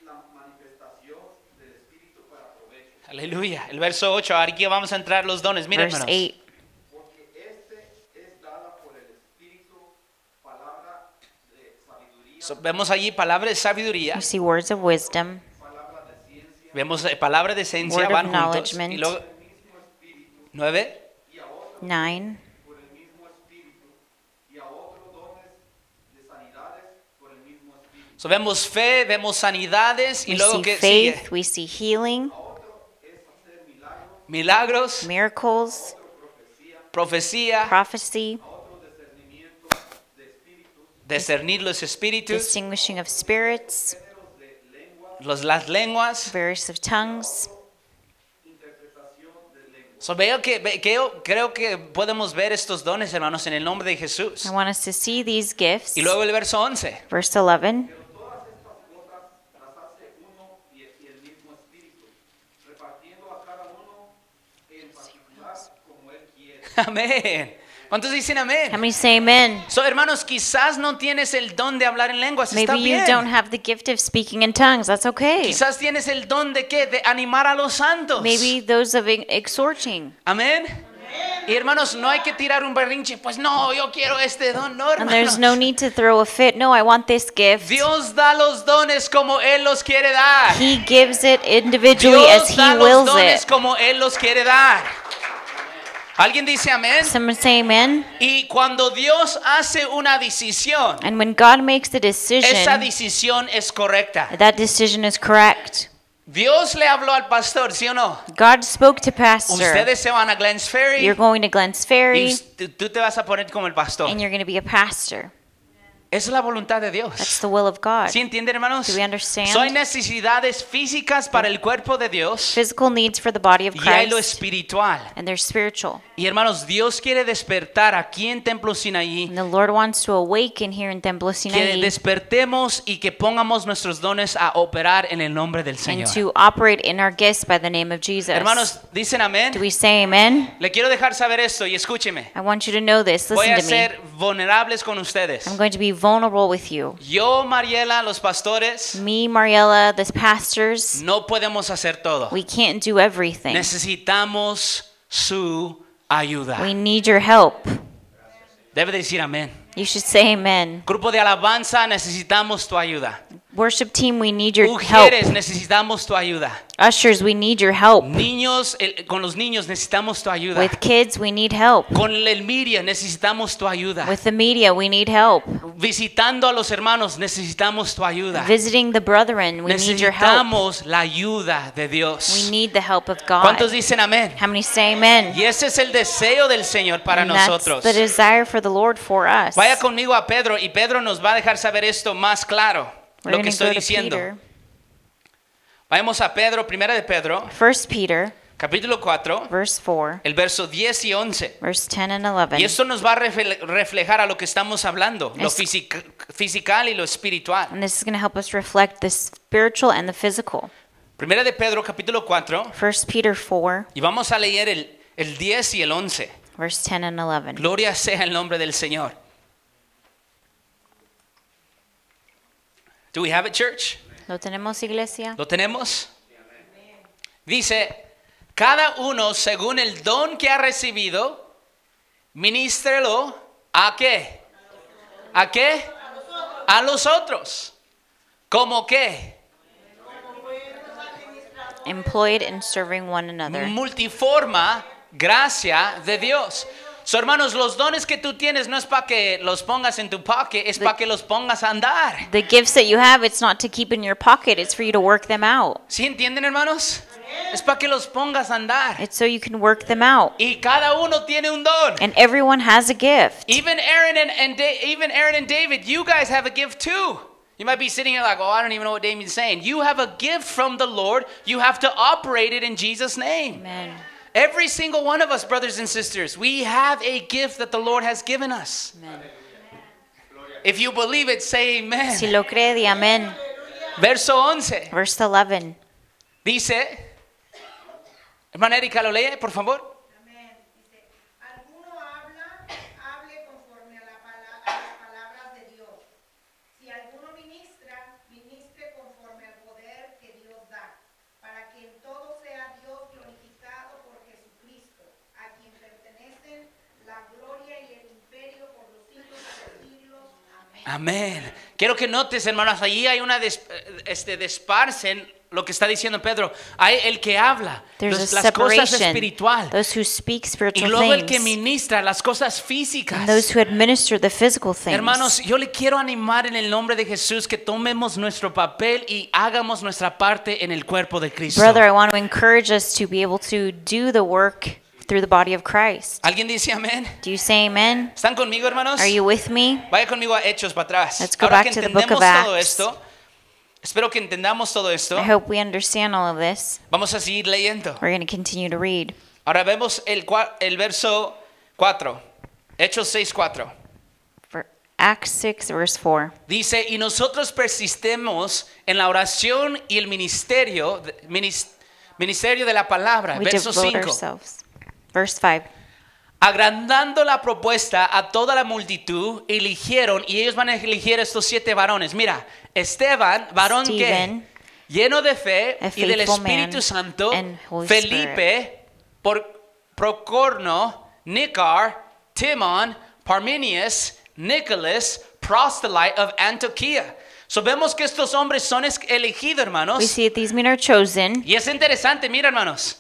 E: la manifestación del espíritu para provecho.
B: Aleluya. El verso 8. Ahora aquí vamos a entrar los dones. Miren,
C: Verse
B: hermanos.
C: 8.
E: Porque este es dada por el Espíritu, palabra de sabiduría,
B: So, vemos allí palabra de sabiduría.
C: You see words of wisdom,
E: palabra de ciencia,
B: Vemos eh, palabra de esencia.
C: Word of
B: Van juntos. Y
C: acknowledgement.
B: luego. 9.
C: nine,
E: por el mismo Espíritu, y a otros dones de sanidades por el mismo Espíritu.
B: So, vemos fe, vemos sanidades. Y
C: we
B: luego
C: see
B: que
C: faith,
B: sigue.
C: we see healing,
E: A otro es hacer milagros,
B: Milagros,
C: miracles,
B: profecía,
C: prophecy,
E: a otro discernimiento de espíritus,
B: discernir los espíritus,
C: distinguishing of spirits,
E: géneros de lengua,
B: los, las lenguas.
C: various of tongues.
E: interpretación de lengua.
B: So, veo que, ve- creo, creo que podemos ver estos dones, hermanos, en el nombre de Jesús.
C: I want us to see these gifts.
B: Y luego el verso 11.
C: Verse 11.
E: Pero todas estas cosas las hace uno y y el mismo Espíritu, repartiendo a cada uno en particular como Él quiere.
B: [laughs] Amén. ¿Cuántos dicen
C: How
B: amén?
C: many say amen?
B: So, hermanos, quizás no tienes el don de hablar en lenguas. Está
C: Maybe you don't
B: bien.
C: have the gift of speaking in tongues. That's okay.
B: Quizás tienes el don de qué? De animar a los santos.
C: Maybe those of e- exhorting.
B: Amén. Y hermanos, no hay que tirar un berrinche. Pues no, yo quiero este don. No,
C: And there's
B: hermanos.
C: no need to throw a fit. No, I want this gift.
B: Dios da los dones como Él los quiere dar.
C: He gives it individually as
B: Dios
C: He
B: da los
C: wills
B: dones
C: it.
B: como Él los quiere dar. ¿Alguien dice amén?
C: Someone say amen.
B: Y cuando Dios hace una decisión,
C: And when God makes the decision,
B: esa decisión es correcta.
C: that decision is correct.
B: Dios le habló al pastor, ¿sí o no?
C: God spoke to Pastor.
B: Ustedes se van a Glens Ferry
C: You're going to Glens
B: y
C: Ferry,
B: us- tú- tú te vas a poner como el pastor.
C: and you're going to be a pastor.
B: Es la voluntad de Dios.
C: That's the will of God.
B: ¿Sí entienden, hermanos?
C: Do we understand?
B: So hay necesidades físicas para el cuerpo de Dios
C: Physical needs for the body of
B: y hay lo
C: Christ,
B: espiritual.
C: and they're spiritual.
B: Y hermanos, Dios quiere despertar aquí en Templo Sinaí,
C: And the Lord wants to awaken here in Templo
B: que
C: Sinai
B: despertemos y que pongamos nuestros dones a operar en el nombre del
C: and
B: Señor.
C: to operate in our gifts by the name of Jesus.
B: Hermanos, dicen
C: Do
B: amén.
C: we say amen?
B: Le quiero dejar saber esto y escúcheme.
C: I want you to know this.
B: Voy
C: Listen
B: a
C: to me.
B: ser vulnerables con ustedes.
C: I'm going to be vulnerable with you.
B: Yo, Mariela, los pastores,
C: Me, Mariella, the pastors,
B: no podemos hacer todo.
C: we can't do everything.
B: Necesitamos su ayuda.
C: We need your help.
B: Debe decir amén.
C: You should say amen.
B: Grupo de alabanza, necesitamos tu ayuda.
C: Worship team, we need your help.
B: Mujeres, necesitamos tu ayuda.
C: Ushers, we need your help.
B: Niños, el- con los niños necesitamos tu ayuda.
C: With kids, we need help.
B: Con el media necesitamos tu ayuda.
C: With the media, we need help.
B: Visitando a los hermanos necesitamos tu ayuda.
C: Visiting the brethren, we need your help.
B: Necesitamos la ayuda de
C: We
B: Dios.
C: need the help of
B: ¿Cuántos
C: God.
B: dicen amén?
C: How many say amen?
B: Y ese es el deseo del Señor para
C: And that's
B: nosotros.
C: the desire for the Lord for us.
B: Vaya conmigo a Pedro y Pedro nos va a dejar saber esto más claro,
C: We're
B: lo
C: going
B: que
C: to go
B: estoy
C: to
B: diciendo.
C: Peter.
B: Vayamos a Pedro, primera de Pedro,
C: First Peter,
B: capítulo 4,
C: verse 4,
B: el verso 10 y 11.
C: verse 10 and 11.
B: Y esto nos va a refle- reflejar a lo que estamos hablando, lo
C: Es-
B: fisic- fisical y lo espiritual.
C: And this is going to help us reflect the spiritual and the physical.
B: Primera de Pedro, capítulo 4,
C: First Peter 4,
B: y vamos a leer el, el 10 y el 11.
C: verse 10 and 11.
B: Gloria sea el nombre del Señor. Do we have it, church?
C: ¿Lo tenemos, iglesia?
B: ¿Lo tenemos? Dice, cada uno según el don que ha recibido, ministrelo a qué? ¿A qué? A los otros. ¿Cómo qué?
C: Employed in serving one another.
B: Multiforma gracia de Dios. So, hermanos, los dones que tú tienes no es para que los pongas en tu pocket, es para que los pongas a andar.
C: The gifts that you have, it's not to keep in your pocket, it's for you to work them out.
B: ¿Sí entienden, hermanos? Es para que los pongas a andar.
C: It's so you can work them out.
B: Y cada uno tiene un don.
C: And everyone has a gift.
B: Even Aaron and, and da- even Aaron and David, you guys have a gift too. You might be sitting here like, oh, I don't even know what Damien's saying. You have a gift from the Lord. You have to operate it in Jesus' name.
C: Amen.
B: Every single one of us, brothers and sisters, we have a gift that the Lord has given us.
C: Amen.
B: If you believe it, say amen.
C: Si lo cree, di amén.
B: Verso 11
C: Verse 11.
B: dice, hermana Erika, lo lee, por favor.
D: Amén. Dice, alguno habla, hable conforme a, la pala- a las palabras de Dios. Si alguno ministra, ministre conforme al poder que Dios da, para que en todo sea Dios glorificado por Jesucristo, a quien pertenecen la gloria y el imperio por los siglos de los siglos. Amén.
B: Amén. Quiero que notes, hermanos, allí hay una des- este desparcen lo que está diciendo Pedro. Hay el que habla,
C: There's a
B: los- las cosas
C: separation.
B: espiritual,
C: Those who speak
B: y
C: spiritual
B: luego el que
C: things,
B: ministra las cosas físicas.
C: and those who administer the physical things.
B: Hermanos, yo le quiero animar en el nombre de Jesús que tomemos nuestro papel y hagamos nuestra parte en el cuerpo de Cristo.
C: Brother, I want to encourage us to be able to do the work through the body of Christ.
B: ¿Alguien dice amén?
C: Do you say amen?
B: ¿Están conmigo, hermanos?
C: Are you with me?
B: Vaya conmigo a Hechos para atrás.
C: Let's go
B: Ahora
C: back
B: que
C: to the book
B: entendemos
C: of
B: todo
C: Acts.
B: esto, espero que entendamos todo esto.
C: I hope we understand all of this.
B: Vamos a seguir leyendo.
C: We're going to continue to read.
B: Ahora vemos el, cua- el verso 4, Hechos 6, 4.
C: For Acts 6, verse 4.
B: Dice, y nosotros persistemos en la oración y el ministerio, de- minis- ministerio de la palabra.
C: We
B: verso
C: devote
B: 5.
C: ourselves. Verse 5.
B: Agrandando la propuesta a toda la multitud, eligieron, y ellos van a elegir estos siete varones. Mira, Esteban, varón
C: Stephen,
B: que lleno de fe
C: a
B: y del
C: faithful man
B: Espíritu Santo,
C: and Holy
B: Felipe, por, Procorno, Nicar, Timon, Parmenius, Nicholas, proselyte of Antioquía. So vemos que estos hombres son es- elegidos, hermanos.
C: We see that these men are chosen.
B: Y es interesante, mira, hermanos.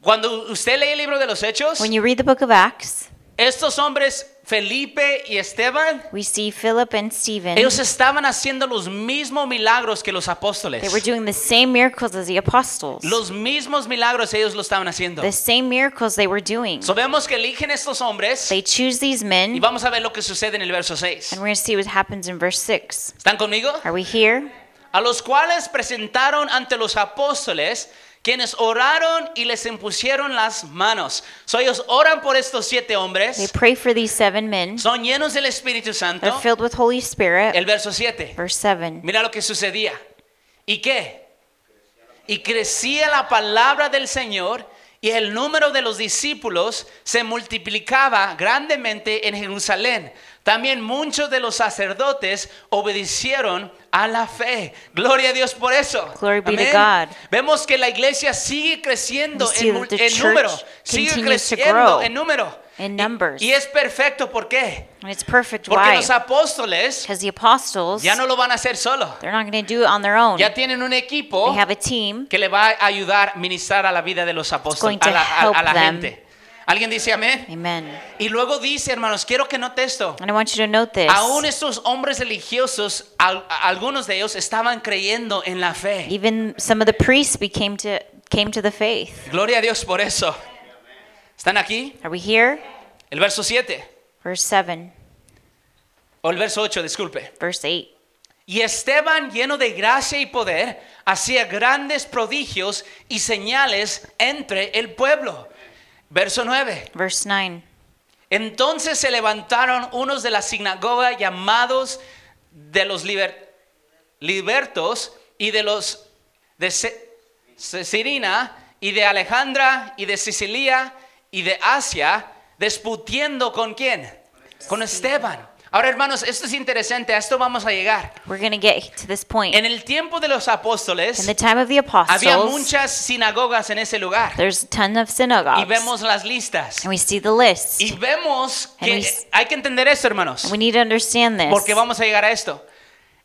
B: Cuando usted lee el libro de los Hechos,
C: When you read the book of Acts,
B: estos hombres Felipe y Esteban,
C: We see Philip and Stephen.
B: ellos estaban haciendo los mismos milagros que los apóstoles.
C: They were doing the same miracles as the apostles.
B: Los mismos milagros ellos lo estaban haciendo.
C: The same miracles they were doing.
B: So vemos que eligen estos hombres
C: They choose these
B: y
C: men,
B: vamos a ver lo que sucede en el verso 6.
C: and we're going to see what happens in verse 6.
B: ¿Están conmigo?
C: Are we here?
B: A los cuales presentaron ante los apóstoles, quienes oraron y les impusieron las manos. So ellos oran por estos siete
C: They
B: hombres,
C: pray for these seven men.
B: son llenos del Espíritu
C: They're
B: Santo.
C: filled with Holy Spirit.
B: El verso 7.
C: Verse 7.
B: Mira lo que sucedía. ¿Y qué? Y crecía la palabra del Señor y el número de los discípulos se multiplicaba grandemente en Jerusalén. También muchos de los sacerdotes obedecieron a la fe. Gloria a Dios por eso.
C: Glory be to
B: Amén.
C: God.
B: Vemos que la iglesia sigue creciendo
C: We see
B: en,
C: that
B: mul-
C: the
B: en
C: church
B: número. Sigue
C: continues to
B: creciendo
C: grow
B: en número.
C: in
B: Y-
C: numbers.
B: Y, es perfecto. ¿Por qué?
C: And it's perfect.
B: Porque
C: Why?
B: los apóstoles
C: Because the apostles,
B: ya no
C: they're
B: lo van a hacer solo.
C: not going to do it on their own.
B: Ya
C: They
B: tienen un equipo
C: have a team.
B: que le va a ayudar a ministrar a la vida de los apóstoles,
C: going to
B: a la, a- a la
C: help them.
B: gente. ¿Alguien dice amén?
C: Amen.
B: Y luego dice, hermanos, quiero que note esto.
C: And I want you to note this.
B: Aún estos hombres religiosos, al- a- algunos de ellos estaban creyendo en la fe.
C: Even some of the priests became to came to the faith.
B: Gloria a Dios por eso. ¿Están aquí?
C: Are we here?
B: El verso 7
C: Verse 7,
B: o el verso 8, disculpe.
C: verse 8.
B: Y Esteban, lleno de gracia y poder, hacía grandes prodigios y señales entre el pueblo. Verso 9.
C: Verse 9.
B: Entonces se levantaron unos de la sinagoga llamados de los liber- libertos y de los de Ce- Ce- Cirina y de Alejandra y de Sicilia y de Asia, disputiendo con quién? Con Esteban. Ahora hermanos, esto es interesante, a esto vamos a llegar.
C: We're going to get to this point.
B: En el tiempo de los
C: In
B: apóstoles
C: the time of the
B: había
C: apostles,
B: muchas sinagogas en ese lugar
C: there's a ton of
B: y
C: synagogues.
B: vemos las listas.
C: And we see the list.
B: Y vemos
C: And we
B: que
C: s-
B: hay que entender esto, hermanos.
C: And we need to understand this.
B: Porque vamos a llegar a esto.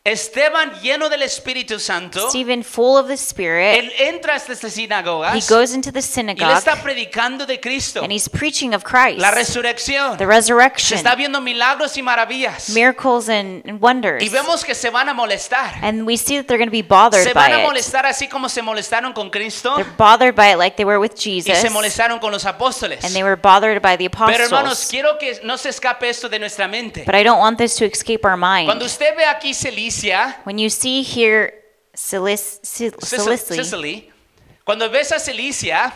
B: Esteban, lleno del Espíritu Santo,
C: Stephen, full of the Spirit,
B: él entra a estas
C: he
B: sinagogas
C: goes into the
B: y le
C: synagogue
B: está predicando de Cristo,
C: and he's preaching of Christ,
B: la resurrección.
C: the
B: Se
C: resurrection,
B: está viendo milagros y maravillas.
C: miracles, and, and wonders.
B: Y vemos que se van a molestar.
C: And we see that they're going to be bothered
B: Se van a
C: by it.
B: molestar así como se molestaron con Cristo
C: They're bothered by it like they were with
B: y
C: Jesus.
B: se molestaron con los apóstoles.
C: And they were bothered by the
B: Pero hermanos,
C: apostles.
B: quiero que no se escape esto de nuestra mente.
C: But I don't want this to escape our mind.
B: Cuando usted ve aquí Celicia,
C: When you see here Silis, Sil-
B: Sicily.
C: Sicily,
B: Cuando ves a Cilicia,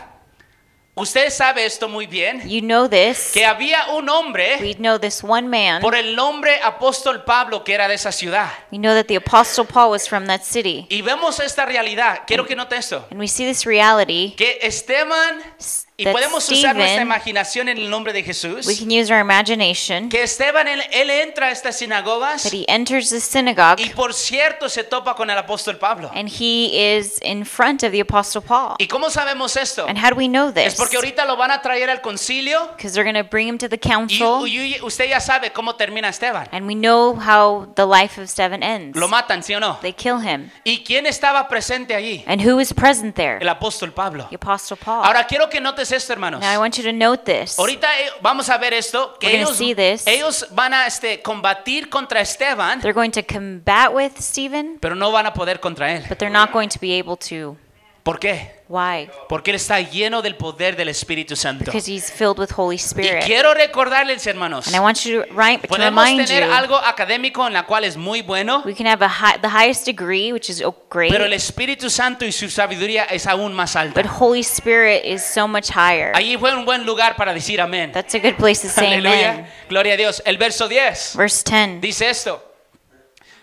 B: usted sabe esto muy bien,
C: you know this.
B: que había un hombre
C: We know this one man.
B: por el nombre apóstol Pablo que era de esa ciudad.
C: We know that the Apostle Paul was from that city.
B: Y vemos esta realidad. Quiero que note esto.
C: And we see this reality.
B: Que Esteban,
C: s-
B: y
C: that
B: podemos usar nuestra
C: Stephen,
B: imaginación en el nombre de
C: we
B: Jesús,
C: can use our imagination,
B: que Esteban, él, él entra a estas sinagogas
C: that he enters the synagogue
B: y por cierto se topa con el apóstol Pablo.
C: and he is in front of the Apostle Paul.
B: ¿Y cómo sabemos esto?
C: And how do we know
B: Es
C: this?
B: porque ahorita lo van a traer al concilio
C: Because they're going to bring him to the
B: y
C: council,
B: y- usted ya sabe cómo termina Esteban.
C: and we know how the life of Stephen ends.
B: Lo matan, ¿sí o no?
C: They kill him.
B: ¿Y quién estaba presente allí?
C: And who is present there?
B: El apóstol Pablo.
C: The Apostle Paul.
B: Ahora quiero que notes esto, hermanos.
C: Now I want you to note this.
B: Ahorita eh, vamos a ver esto, que
C: We're gonna
B: ellos,
C: see this.
B: ellos van a este, combatir contra Esteban,
C: They're going to combat with Stephen,
B: pero no van a poder contra él.
C: but they're not going to be able to.
B: ¿Por qué?
C: Why?
B: Porque él está lleno del poder del Espíritu Santo.
C: Because he's filled with Holy
B: Y
C: Spirit.
B: quiero recordarles, hermanos,
C: And I want you to, right, to
B: podemos
C: remind
B: tener
C: you,
B: algo académico en la cual es muy bueno,
C: we can have a high, the highest degree, which is oh, great,
B: pero el Espíritu Santo y su sabiduría es aún más
C: but
B: alta.
C: Holy Spirit is so much higher.
B: Allí fue un buen lugar para decir amén.
C: That's a good place to say amen.
B: Aleluya. Gloria a Dios. El verso 10.
C: Verse 10.
B: Dice esto,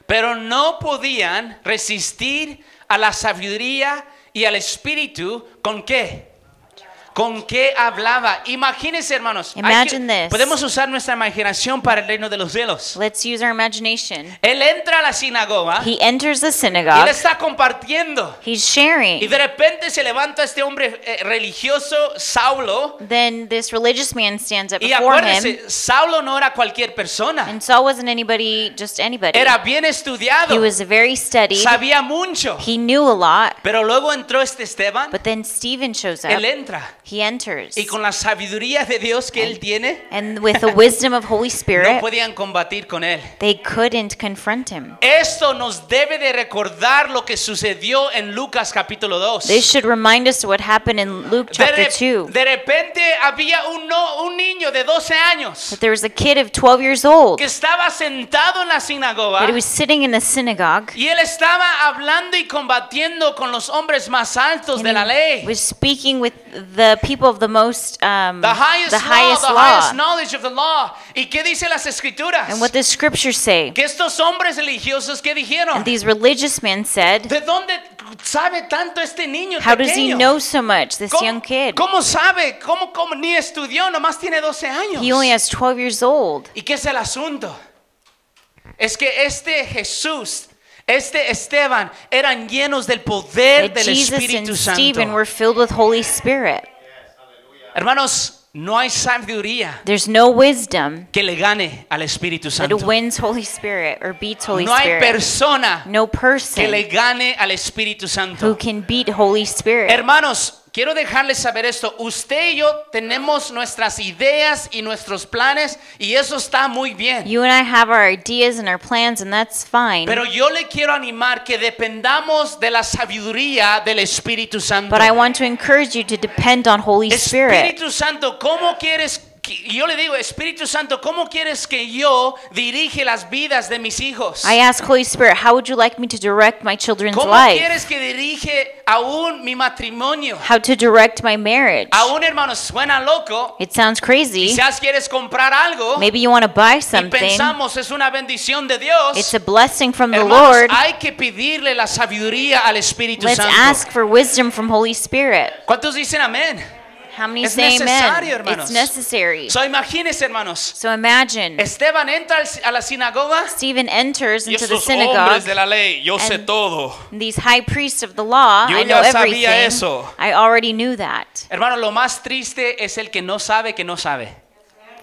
B: pero no podían resistir a la sabiduría y al espíritu con qué. ¿Con qué hablaba? Imagínense, hermanos. hay que-
C: Imagine this.
B: Podemos usar nuestra imaginación para el reino de los cielos.
C: Let's use our imagination.
B: Él entra a la sinagoga
C: He enters the
B: y él
C: synagogue.
B: está compartiendo.
C: He's
B: Y
C: sharing.
B: de repente se levanta este hombre eh, religioso, Saulo.
C: Then this religious man stands up
B: Y
C: before him.
B: acuérdense, Saulo no era cualquier persona.
C: And Saul wasn't anybody, just anybody.
B: Era bien
C: He
B: estudiado.
C: was very studied.
B: Sabía mucho.
C: He knew a lot.
B: Pero luego entró este Esteban,
C: Pues But then Stephen shows
B: él
C: up.
B: entra
C: He enters.
B: Y con la sabiduría de Dios que él tiene,
C: And with the wisdom of
B: [laughs]
C: Holy
B: no
C: Spirit,
B: podían combatir con él.
C: they couldn't confront him.
B: Esto nos debe de recordar lo que sucedió en Lucas capítulo 2.
C: This should remind us of what happened in Luke
B: De,
C: chapter
B: re-
C: 2.
B: de repente había un, no- un niño de 12 años
C: That there was a kid of 12 years old
B: que estaba sentado en la sinagoga
C: that he was sitting in the synagogue
B: y él estaba hablando y combatiendo con los hombres más altos de la
C: and he
B: ley.
C: was speaking with the people of the most um,
B: The highest,
C: the highest
B: law, the
C: law.
B: highest knowledge of the law. ¿Y qué dice las escrituras?
C: And what the scriptures say,
B: que estos hombres religiosos que dijeron,
C: and these religious men said,
B: ¿de dónde sabe tanto este niño
C: "How does he
B: pequeño?
C: know so much? This
B: ¿Cómo,
C: young kid.
B: cómo sabe? ¿Cómo, cómo? Ni estudió, nomás tiene 12 años.
C: He only has 12 years old."
B: ¿Y qué es el asunto? Es que este Jesús, este Esteban, eran llenos del poder
C: That
B: del
C: Jesus and
B: Espíritu Santo.
C: Stephen were filled with Holy Spirit.
B: Hermanos, no hay sabiduría
C: There's no wisdom
B: que le gane al Espíritu
C: that
B: Santo.
C: wins Holy Spirit or beats Holy
B: No hay
C: Spirit.
B: persona
C: No
B: que le
C: person
B: gane al Espíritu
C: who
B: Santo.
C: can beat Holy Spirit.
B: Hermanos, quiero dejarles saber esto. Usted y yo tenemos nuestras ideas y nuestros planes y eso está muy bien.
C: You and I have our ideas and our plans, and that's fine.
B: Pero yo le quiero animar que dependamos de la sabiduría del Espíritu Santo.
C: But I want to encourage you to depend on Holy Spirit.
B: Espíritu Santo, ¿cómo quieres que- yo le digo, Espíritu Santo, ¿cómo quieres que yo dirige las vidas de mis hijos?
C: I ask Holy Spirit, how would you like me to direct my children's
B: ¿Cómo
C: life?
B: quieres que dirige aún mi matrimonio?
C: How to direct my marriage?
B: Aún, hermanos, suena loco.
C: It sounds crazy.
B: Quizás quieres comprar algo
C: Maybe you want to buy
B: y
C: something.
B: pensamos es una bendición de Dios.
C: It's a blessing from the
B: Hermanos,
C: Lord.
B: hay que pedirle la sabiduría al Espíritu
C: Let's
B: Santo.
C: ask for wisdom from Holy Spirit.
B: ¿Cuántos dicen amén?
C: How many
B: Es
C: say amen?
B: necesario, hermanos.
C: It's necessary.
B: So imagínense, hermanos.
C: So imagine
B: Esteban entra al- a la sinagoga.
C: Stephen enters
B: Y
C: into the
B: estos hombres
C: synagogue.
B: de la ley, yo sé
C: and-
B: todo.
C: and These high priests of the law,
B: Yo
C: I know
B: ya sabía
C: everything.
B: eso.
C: I already knew that.
B: Hermano, lo más triste es el que no sabe que no sabe.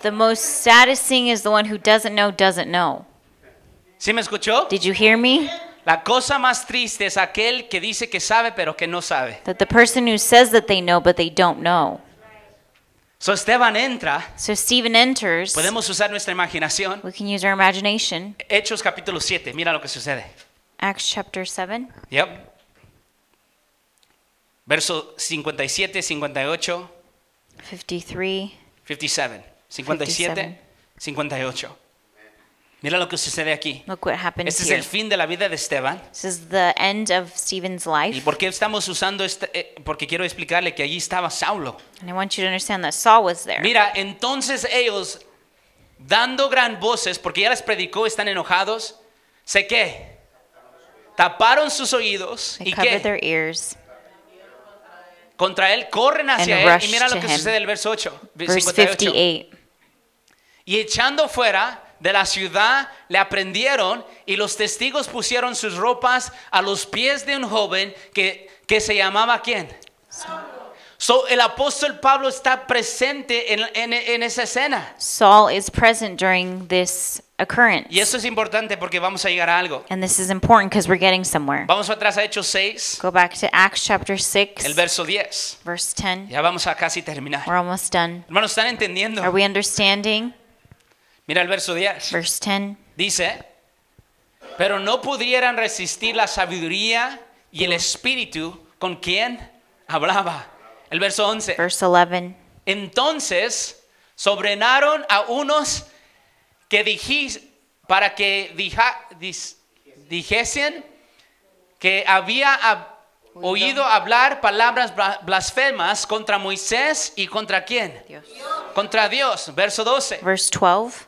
C: The most saddest thing is the one who doesn't know doesn't know.
B: ¿Sí me escuchó?
C: Did you hear me?
B: La cosa más triste es aquel que dice que sabe pero que no sabe.
C: That the person who says that they know but they don't know.
B: So Esteban entra.
C: So Stephen enters.
B: Podemos usar nuestra imaginación.
C: We can use our imagination.
B: Hechos capítulo 7. Mira lo que sucede.
C: Acts chapter 7,
B: Yep. Verso 57, 58,
C: 53.
B: 57. 57, 58. Mira lo que sucede aquí.
C: Look what happens
B: Este es
C: here.
B: el fin de la vida de Esteban.
C: This is the end of Stephen's
B: ¿Y
C: life.
B: por qué estamos usando este? eh, porque quiero explicarle que allí estaba Saulo.
C: And I want you to understand that Saul was there.
B: Mira, entonces ellos, dando gran voces, porque ya les predicó, están enojados, sé qué, taparon sus oídos
C: They
B: y
C: covered
B: qué,
C: their ears.
B: contra él, corren hacia
C: And
B: él. Y
C: rushed
B: mira lo
C: to
B: que
C: him.
B: sucede en el verso 8,
C: Verse
B: 58.
C: 58.
B: Y echando fuera de la ciudad, le aprendieron y los testigos pusieron sus ropas a los pies de un joven que, que se llamaba ¿quién? So, el apóstol Pablo está presente en, en- en esa escena.
C: Saul is present during this occurrence.
B: Y eso es importante porque vamos a llegar a algo.
C: And this is important because we're getting somewhere.
B: Vamos atrás a Hechos 6,
C: Go back to Acts chapter 6,
B: el verso 10.
C: verse 10.
B: Ya vamos a casi terminar.
C: We're almost done.
B: Hermanos, ¿están entendiendo?
C: Are we understanding?
B: Mira el verso 10.
C: Verse 10.
B: Dice, pero no pudieran resistir la sabiduría y el espíritu con quien hablaba. El verso 11.
C: Verse 11.
B: Entonces sobrenaron a unos que dijis, para que dija- dis- dijesen que había hab- oído hablar palabras bla- blasfemas contra Moisés y contra quién? Contra Dios. Verso 12.
C: Verse 12.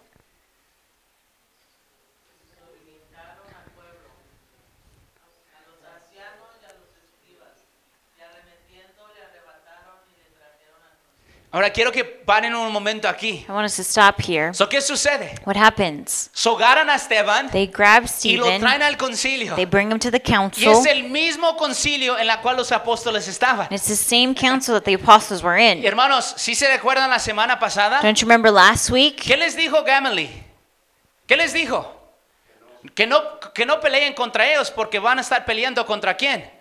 B: Ahora quiero que paren un momento aquí.
C: I want us to stop here.
B: So, ¿Qué sucede?
C: What happens?
B: Sogaran a Esteban
C: They grab
B: y lo
C: Stephen.
B: traen al concilio.
C: They bring him to the
B: Y
C: council.
B: es el mismo concilio en la cual los apóstoles estaban.
C: And it's the same council that the apostles were
B: Y
C: in.
B: hermanos, si se recuerdan la semana pasada,
C: Don't you remember last week?
B: ¿qué les dijo Gamaliel? ¿Qué les dijo? Que no, que no peleen contra ellos porque van a estar peleando contra quién?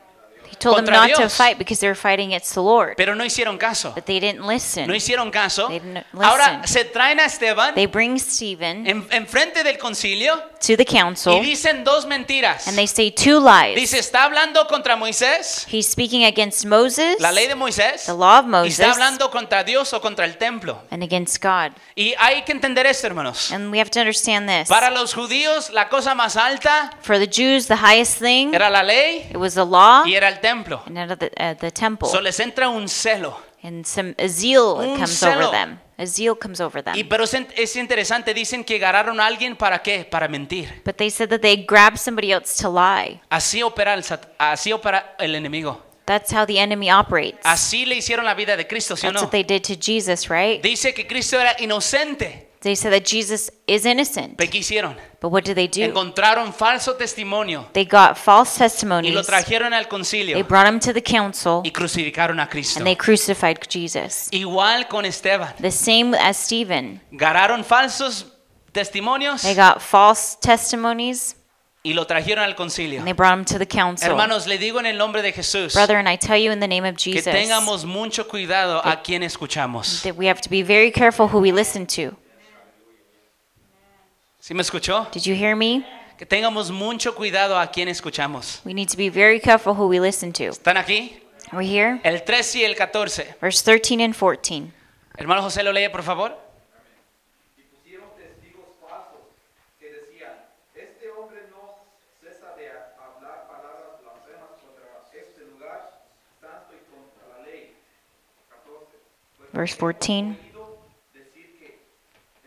C: He told them
B: contra
C: not to
B: Dios.
C: fight because they were fighting against the Lord.
B: Pero no hicieron caso.
C: But they didn't listen.
B: No hicieron caso.
C: They didn't listen.
B: Ahora se traen a Esteban
C: They bring Stephen
B: en, enfrente del concilio
C: to the
B: y
C: council
B: dicen dos mentiras.
C: and they say two lies.
B: Dice, está hablando contra Moisés,
C: He's speaking against Moses
B: la ley de Moisés,
C: The law of
B: y está
C: Moses.
B: hablando contra Dios o contra el templo.
C: and against God.
B: Y hay que entender esto, hermanos.
C: And we have to understand this.
B: Para los judíos, la cosa más alta
C: For the Jews, the highest thing,
B: era la ley
C: it was the law
B: y era el templo.
C: and out of the, uh, the temple.
B: So les entra un celo.
C: and some a zeal
B: Un
C: comes
B: celo.
C: over them. A zeal comes over them.
B: Y pero es, en- es interesante, dicen que agarraron a alguien para qué? Para mentir.
C: but they said that they grabbed somebody else to lie.
B: Así opera el, sat- así opera el enemigo.
C: That's how the enemy operates.
B: Así le hicieron la vida de Cristo, ¿sí o
C: That's
B: no?
C: what they did to Jesus, right?
B: Dice que Cristo era inocente.
C: They said that Jesus is innocent.
B: ¿Pero qué hicieron?
C: But what did they do?
B: Encontraron falso testimonio
C: They got false
B: y lo
C: testimonies.
B: trajeron al
C: They
B: concilio
C: brought him to the council
B: y crucificaron a Cristo.
C: and they crucified Jesus.
B: Igual con Esteban.
C: The same as Stephen.
B: Ganaron falsos testimonios
C: They got false testimonies
B: y lo trajeron al concilio.
C: and they brought him to the council.
B: Hermanos, le digo en el nombre de Jesús
C: Brethren, I tell you in the name of
B: que
C: Jesus that
B: tengamos mucho cuidado a quien escuchamos.
C: we have to be very careful who we listen to.
B: ¿Sí me escuchó?
C: Did you hear me?
B: Que tengamos mucho cuidado a quien escuchamos.
C: We need to be very careful who we listen to.
B: ¿Están aquí?
C: We're here.
B: El 13 y el 14.
C: Verse 13 and 14.
B: Hermano José, lo lee, por favor.
E: y pusieron testigos falsos que decían, este hombre no cesa de ha- hablar palabras blasfemas contra este lugar santo y contra la ley. 14. Pues
C: Verse
E: hemos
C: 14.
E: oído decir que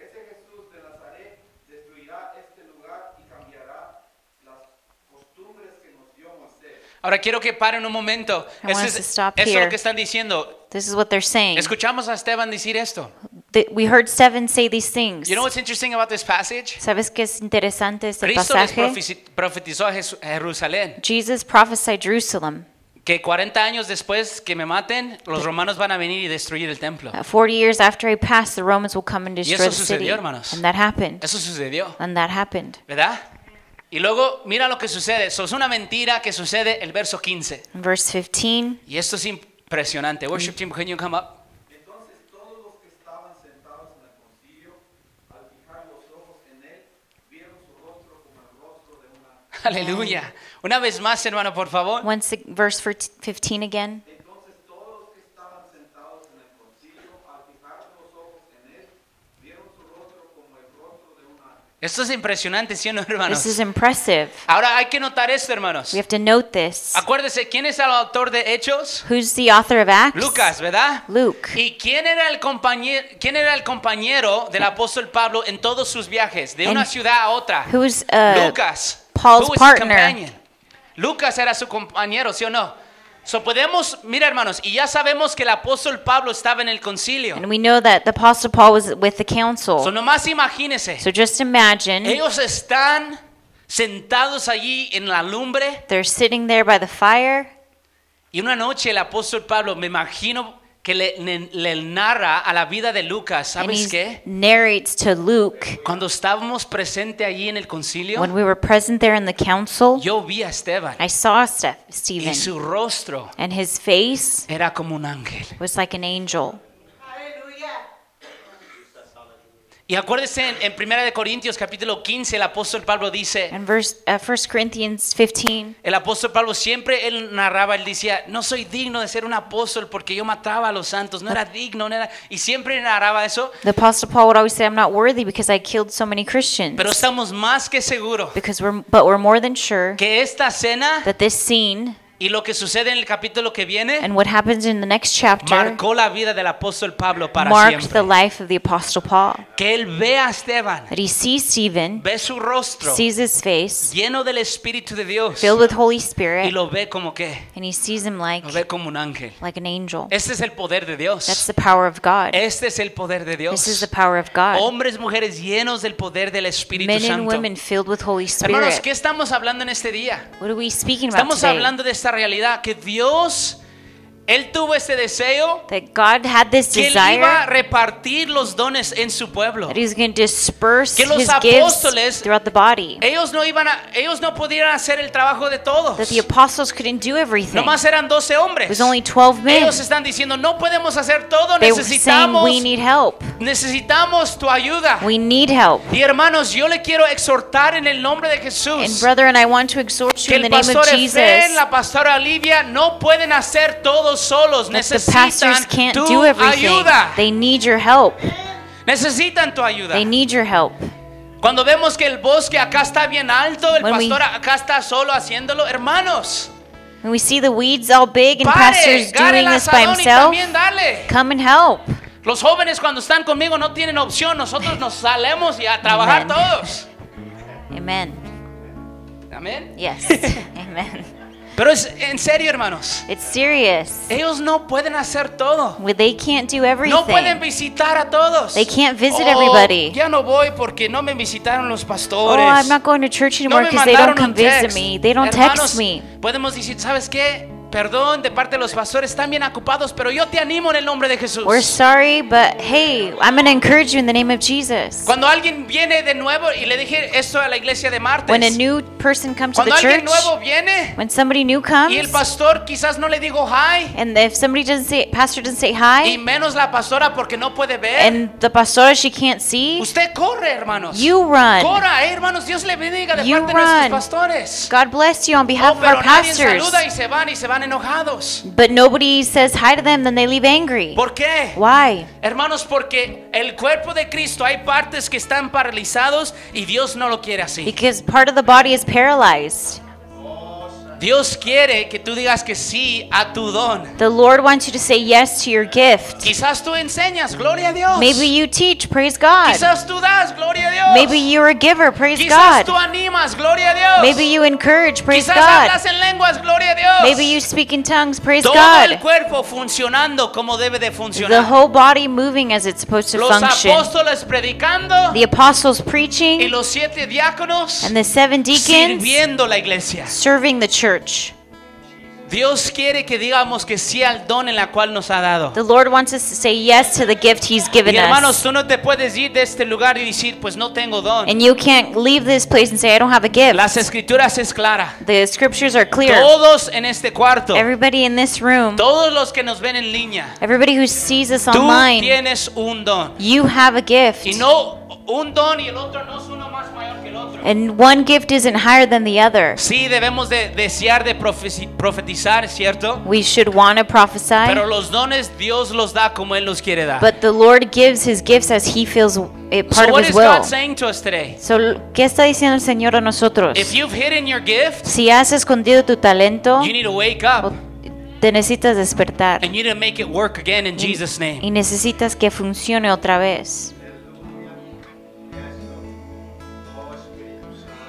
E: ese Jesús de Nazaret destruirá este lugar y cambiará las costumbres que nos dio Moisés.
B: Ahora quiero que paren un momento.
C: I want
B: Eso
C: us
B: es,
C: to stop
B: eso es lo
C: here.
B: que están diciendo.
C: This is what they're saying.
B: Escuchamos a Esteban decir esto.
C: Th- We heard seven say these things.
B: You know what's interesting about this passage?
C: ¿Sabes qué es interesante este
B: Cristo les
C: pasaje?
B: profici- profetizó a Jesu- a Jerusalén
C: Jesus prophesied Jerusalem.
B: que 40 años después que me maten, los romanos van a venir y destruir el templo.
C: Uh, Forty years after he passed, the Romans will come and
B: eso
C: destroy the
B: sucedió,
C: city.
B: hermanos.
C: And that happened.
B: Eso sucedió,
C: And that happened.
B: ¿verdad? Y luego mira lo que sucede. Eso es una mentira que sucede el verso 15.
C: In verse 15,
B: Y esto es impresionante. Worship team, can you come up? [laughs]
E: Entonces todos los que estaban sentados en el concilio, al fijar los ojos en él, vieron su rostro como el rostro de una
B: Aleluya. Una vez más, hermano, por favor.
C: once ag- verse for- 15 again.
E: Entonces todos los que estaban sentados en el concilio, al fijar los ojos en él, vieron su rostro como el rostro de un ángel.
B: Esto es impresionante, ¿sí o no, hermanos?
C: This is impressive.
B: Ahora hay que notar esto, hermanos.
C: We have to note this.
B: Acuérdese, ¿quién es el autor de Hechos?
C: Who's the author of Acts?
B: Lucas, ¿verdad?
C: Luke.
B: ¿Y quién era el compañero, quién era el compañero del apóstol Pablo en todos sus viajes, de una
C: And
B: ciudad a otra?
C: Who's uh,
B: Lucas.
C: Paul's
B: Who was his
C: partner.
B: companion? Lucas era su compañero, ¿sí o no? So podemos, mira hermanos, y ya sabemos que el apóstol Pablo estaba en el concilio.
C: And we know that the Apostle Paul was with the council.
B: So nomás imagínense,
C: So just imagine
B: ellos están sentados allí en la lumbre
C: they're sitting there by the fire,
B: Y una noche el apóstol Pablo, me imagino que le, le- le narra a la vida de Lucas,
C: and
B: ¿sabes
C: he
B: qué?
C: narrates to Luke
B: Cuando estábamos presente allí en el concilio,
C: when we were present there in the council.
B: yo vi a Esteban
C: I saw Steph- Stephen,
B: y su rostro
C: and his face
B: era como un ángel.
C: was like an angel.
D: Aleluya.
B: Y acuérdese en, en Primera de Corintios capítulo 15 el apóstol Pablo dice,
C: And verse uh, 1 Corinthians 15,
B: el apóstol Pablo siempre él narraba, él decía, no soy digno de ser un apóstol porque yo mataba a los santos, no era digno, no era... Y siempre narraba eso,
C: the Apostle Paul would always say, "I'm not worthy because I killed so many Christians."
B: pero estamos más que seguros
C: Because we're, but we're more than sure
B: que esta cena
C: that this scene
B: y lo que sucede en el capítulo que viene...
C: and what happens in the next chapter
B: marcó la vida del apóstol Pablo para
C: marked the
B: siempre.
C: life of the Apostle Paul.
B: Que él ve a Esteban,
C: That he sees Stephen,
B: ve su rostro
C: sees his face,
B: lleno del Espíritu de Dios
C: filled with Holy
B: y
C: Spirit,
B: lo ve como que,
C: and he sees him like
B: lo ve como un ángel.
C: like an angel.
B: Este es el poder de
C: That's
B: Dios.
C: the power of God.
B: Este es el poder de
C: This is
B: Dios.
C: the power of God.
B: Hombres, mujeres llenos del poder del Oh, Espíritu
C: Men and
B: Santo.
C: women filled with Holy
B: Hermanos,
C: Spirit.
B: ¿qué estamos hablando en este día?
C: What are we speaking about
B: Estamos
C: today?
B: hablando de esta realidad que Dios Él tuvo este deseo
C: that God had this
B: que él iba a
C: desire
B: repartir los dones en su pueblo.
C: that He was going to disperse
B: Que los
C: His gifts
B: apóstoles-
C: throughout the body.
B: Ellos no iban a, ellos no pudieran hacer el trabajo de todos.
C: That the apostles couldn't do everything.
B: Nomás eran 12
C: It
B: hombres.
C: was only 12 men.
B: Ellos están diciendo, no podemos hacer todo,
C: They were saying,
B: necesitamos,
C: We need help.
B: necesitamos tu ayuda.
C: We need help.
B: Y hermanos, yo le quiero exhortar en el nombre de Jesús.
C: And brethren, I want to exhort
B: que
C: you in
B: el
C: the name
B: pastor
C: of
B: Efren,
C: Jesus.
B: la pastora Livia no pueden hacer todos solos.
C: That the pastors
B: Necesitan
C: can't
B: tu
C: do everything.
B: ayuda.
C: They need your help.
B: Necesitan tu ayuda.
C: They need your help.
B: Cuando vemos que el bosque acá está bien alto, el
C: When we-
B: pastor acá está solo haciéndolo, hermanos.
C: When we see the weeds all big and
B: Pare,
C: pastors
B: gare
C: doing
B: el
C: this by
B: asadón y
C: himself,
B: también dale.
C: come and help.
B: Los jóvenes cuando están conmigo no tienen opción. Nosotros nos salemos y a trabajar
C: Amén.
B: todos.
C: Amen.
B: Amén. [laughs]
C: Yes. Amen.
B: Pero es en serio, hermanos.
C: It's serious.
B: Ellos no pueden hacer todo.
C: Well, They can't do everything.
B: No pueden visitar a todos.
C: They can't visit
B: Oh,
C: everybody.
B: Ya no voy porque no me visitaron los
C: Oh,
B: pastores.
C: I'm not going to church
B: no
C: anymore
B: me
C: because they don't
B: mandaron
C: come
B: un
C: visit
B: text.
C: me. They don't
B: Hermanos,
C: text me.
B: Podemos decir, ¿sabes qué? Perdón de parte de los pastores, están bien ocupados, pero yo te animo en el nombre de Jesús.
C: We're sorry, but hey, I'm going to encourage you in the name of Jesus.
B: Cuando alguien viene de nuevo y le dije esto a la iglesia de martes.
C: When a new person comes to the
B: cuando alguien
C: church,
B: nuevo viene
C: when somebody new
B: y el
C: comes,
B: pastor quizás no le digo hi
C: and if somebody doesn't say, pastor doesn't say
B: y
C: hi,
B: menos la pastora porque no puede ver.
C: and the pastora she can't see,
B: Usted corre, hermanos.
C: you run.
B: Corra, eh, hermanos, Dios le bendiga de
C: You
B: parte de nuestros
C: run.
B: pastores.
C: God bless you on
B: Oh,
C: behalf of
B: pero
C: our
B: nadie
C: pastors.
B: saluda y se van y se van enojados.
C: But nobody says hi to them, then they leave angry.
B: ¿Por qué?
C: Why?
B: Hermanos, porque el cuerpo de Cristo hay partes que están paralizados y Dios no lo quiere así.
C: Because part of the body is paralyzed.
B: Dios quiere que tú digas que sí a tu don.
C: The Lord wants you to say yes to your gift.
B: Quizás tú enseñas, gloria a Dios.
C: Maybe you teach, praise God.
B: Quizás tú das, gloria a Dios.
C: Maybe you're a giver, praise
B: Quizás tú
C: God.
B: animas, gloria a Dios.
C: Maybe you encourage, praise
B: Quizás
C: God.
B: hablas en lenguas, gloria a Dios.
C: Maybe you speak in tongues, praise
B: Todo el
C: God.
B: cuerpo funcionando como debe de
C: The
B: funcionar.
C: whole body moving as it's supposed to
B: Los
C: function.
B: apóstoles predicando
C: The apostles
B: y
C: preaching
B: los siete diáconos
C: and the seven deacons
B: sirviendo la iglesia.
C: serving the church.
B: Dios quiere que digamos que sí al don en la cual nos ha dado.
C: The Lord wants us to say yes to the gift He's given
B: Y hermanos,
C: us.
B: tú no te puedes ir de este lugar y decir, pues no tengo don.
C: And you can't leave this place and say, I don't have a gift.
B: Las escrituras es clara.
C: The scriptures are clear.
B: Todos en este cuarto,
C: Everybody in this room,
B: todos los que nos ven en línea,
C: everybody who sees us
B: tú
C: online,
B: tienes un don.
C: you have a gift.
B: Y no un don y el otro no es uno más mayor que el otro.
C: And one gift isn't higher than the other.
B: Sí, debemos de desear de profeci- profetizar, ¿cierto?
C: We should want to
B: Pero
C: prophesy,
B: los dones Dios los da como Él los quiere dar.
C: but the Lord gives His gifts as He feels it
B: So
C: part of
B: what
C: His
B: is
C: will.
B: God saying to us today?
C: So, ¿qué está diciendo el Señor a nosotros?
B: If you've hidden your gift,
C: Si has escondido tu talento,
B: you need to wake up
C: o- te necesitas despertar
B: and you need to make it work again in Jesus' name.
C: y necesitas que funcione otra vez.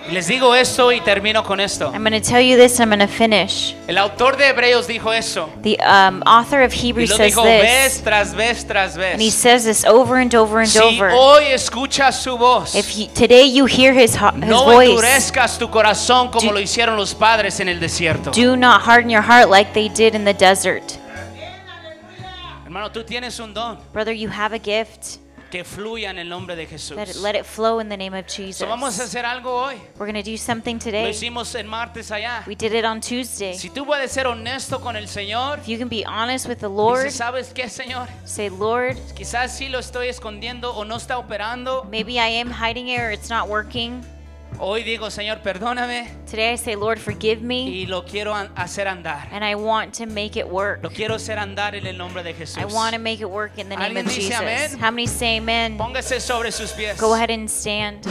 B: Les digo esto y termino con esto.
C: I'm going to tell you this, I'm going to finish.
B: El autor de Hebreos dijo eso.
C: The um, author of
B: Y
C: Hebrews
B: lo
C: says
B: dijo vez
C: this,
B: tras vez tras
C: and he
B: vez.
C: says this over and over and
B: Si
C: over.
B: hoy escuchas su voz,
C: If you, today you hear his, ho- his
B: no
C: voice,
B: endurezcas tu corazón como
C: Do-
B: lo hicieron los padres en el desierto.
C: do not harden your heart like they did in the desert.
B: Hermano, tú tienes un don
C: Brother, you have a gift.
B: que fluya en el nombre de Jesús.
C: Let it, let it flow in the name of
B: So,
C: Jesus.
B: vamos a hacer algo hoy.
C: We're going to do something
B: Lo
C: today.
B: hicimos el martes allá.
C: We did it on Tuesday.
B: Si tú puedes ser honesto con el Señor,
C: If you can be honest with the
B: dices,
C: Lord,
B: ¿sabes qué, Señor?
C: say, Lord,
B: Quizás sí lo estoy escondiendo o no está operando.
C: maybe I am hiding it or it's not working.
B: Hoy digo, Señor, perdóname.
C: Today I say, Lord, forgive me,
B: y lo quiero an- hacer andar.
C: and I want to make it work.
B: Lo quiero hacer andar en el nombre de Jesús.
C: I want to make it work in the name
B: Alguien
C: of
B: dice
C: Jesus.
B: amén.
C: How many say amen?
B: Póngase sobre sus pies.
C: Go ahead and stand.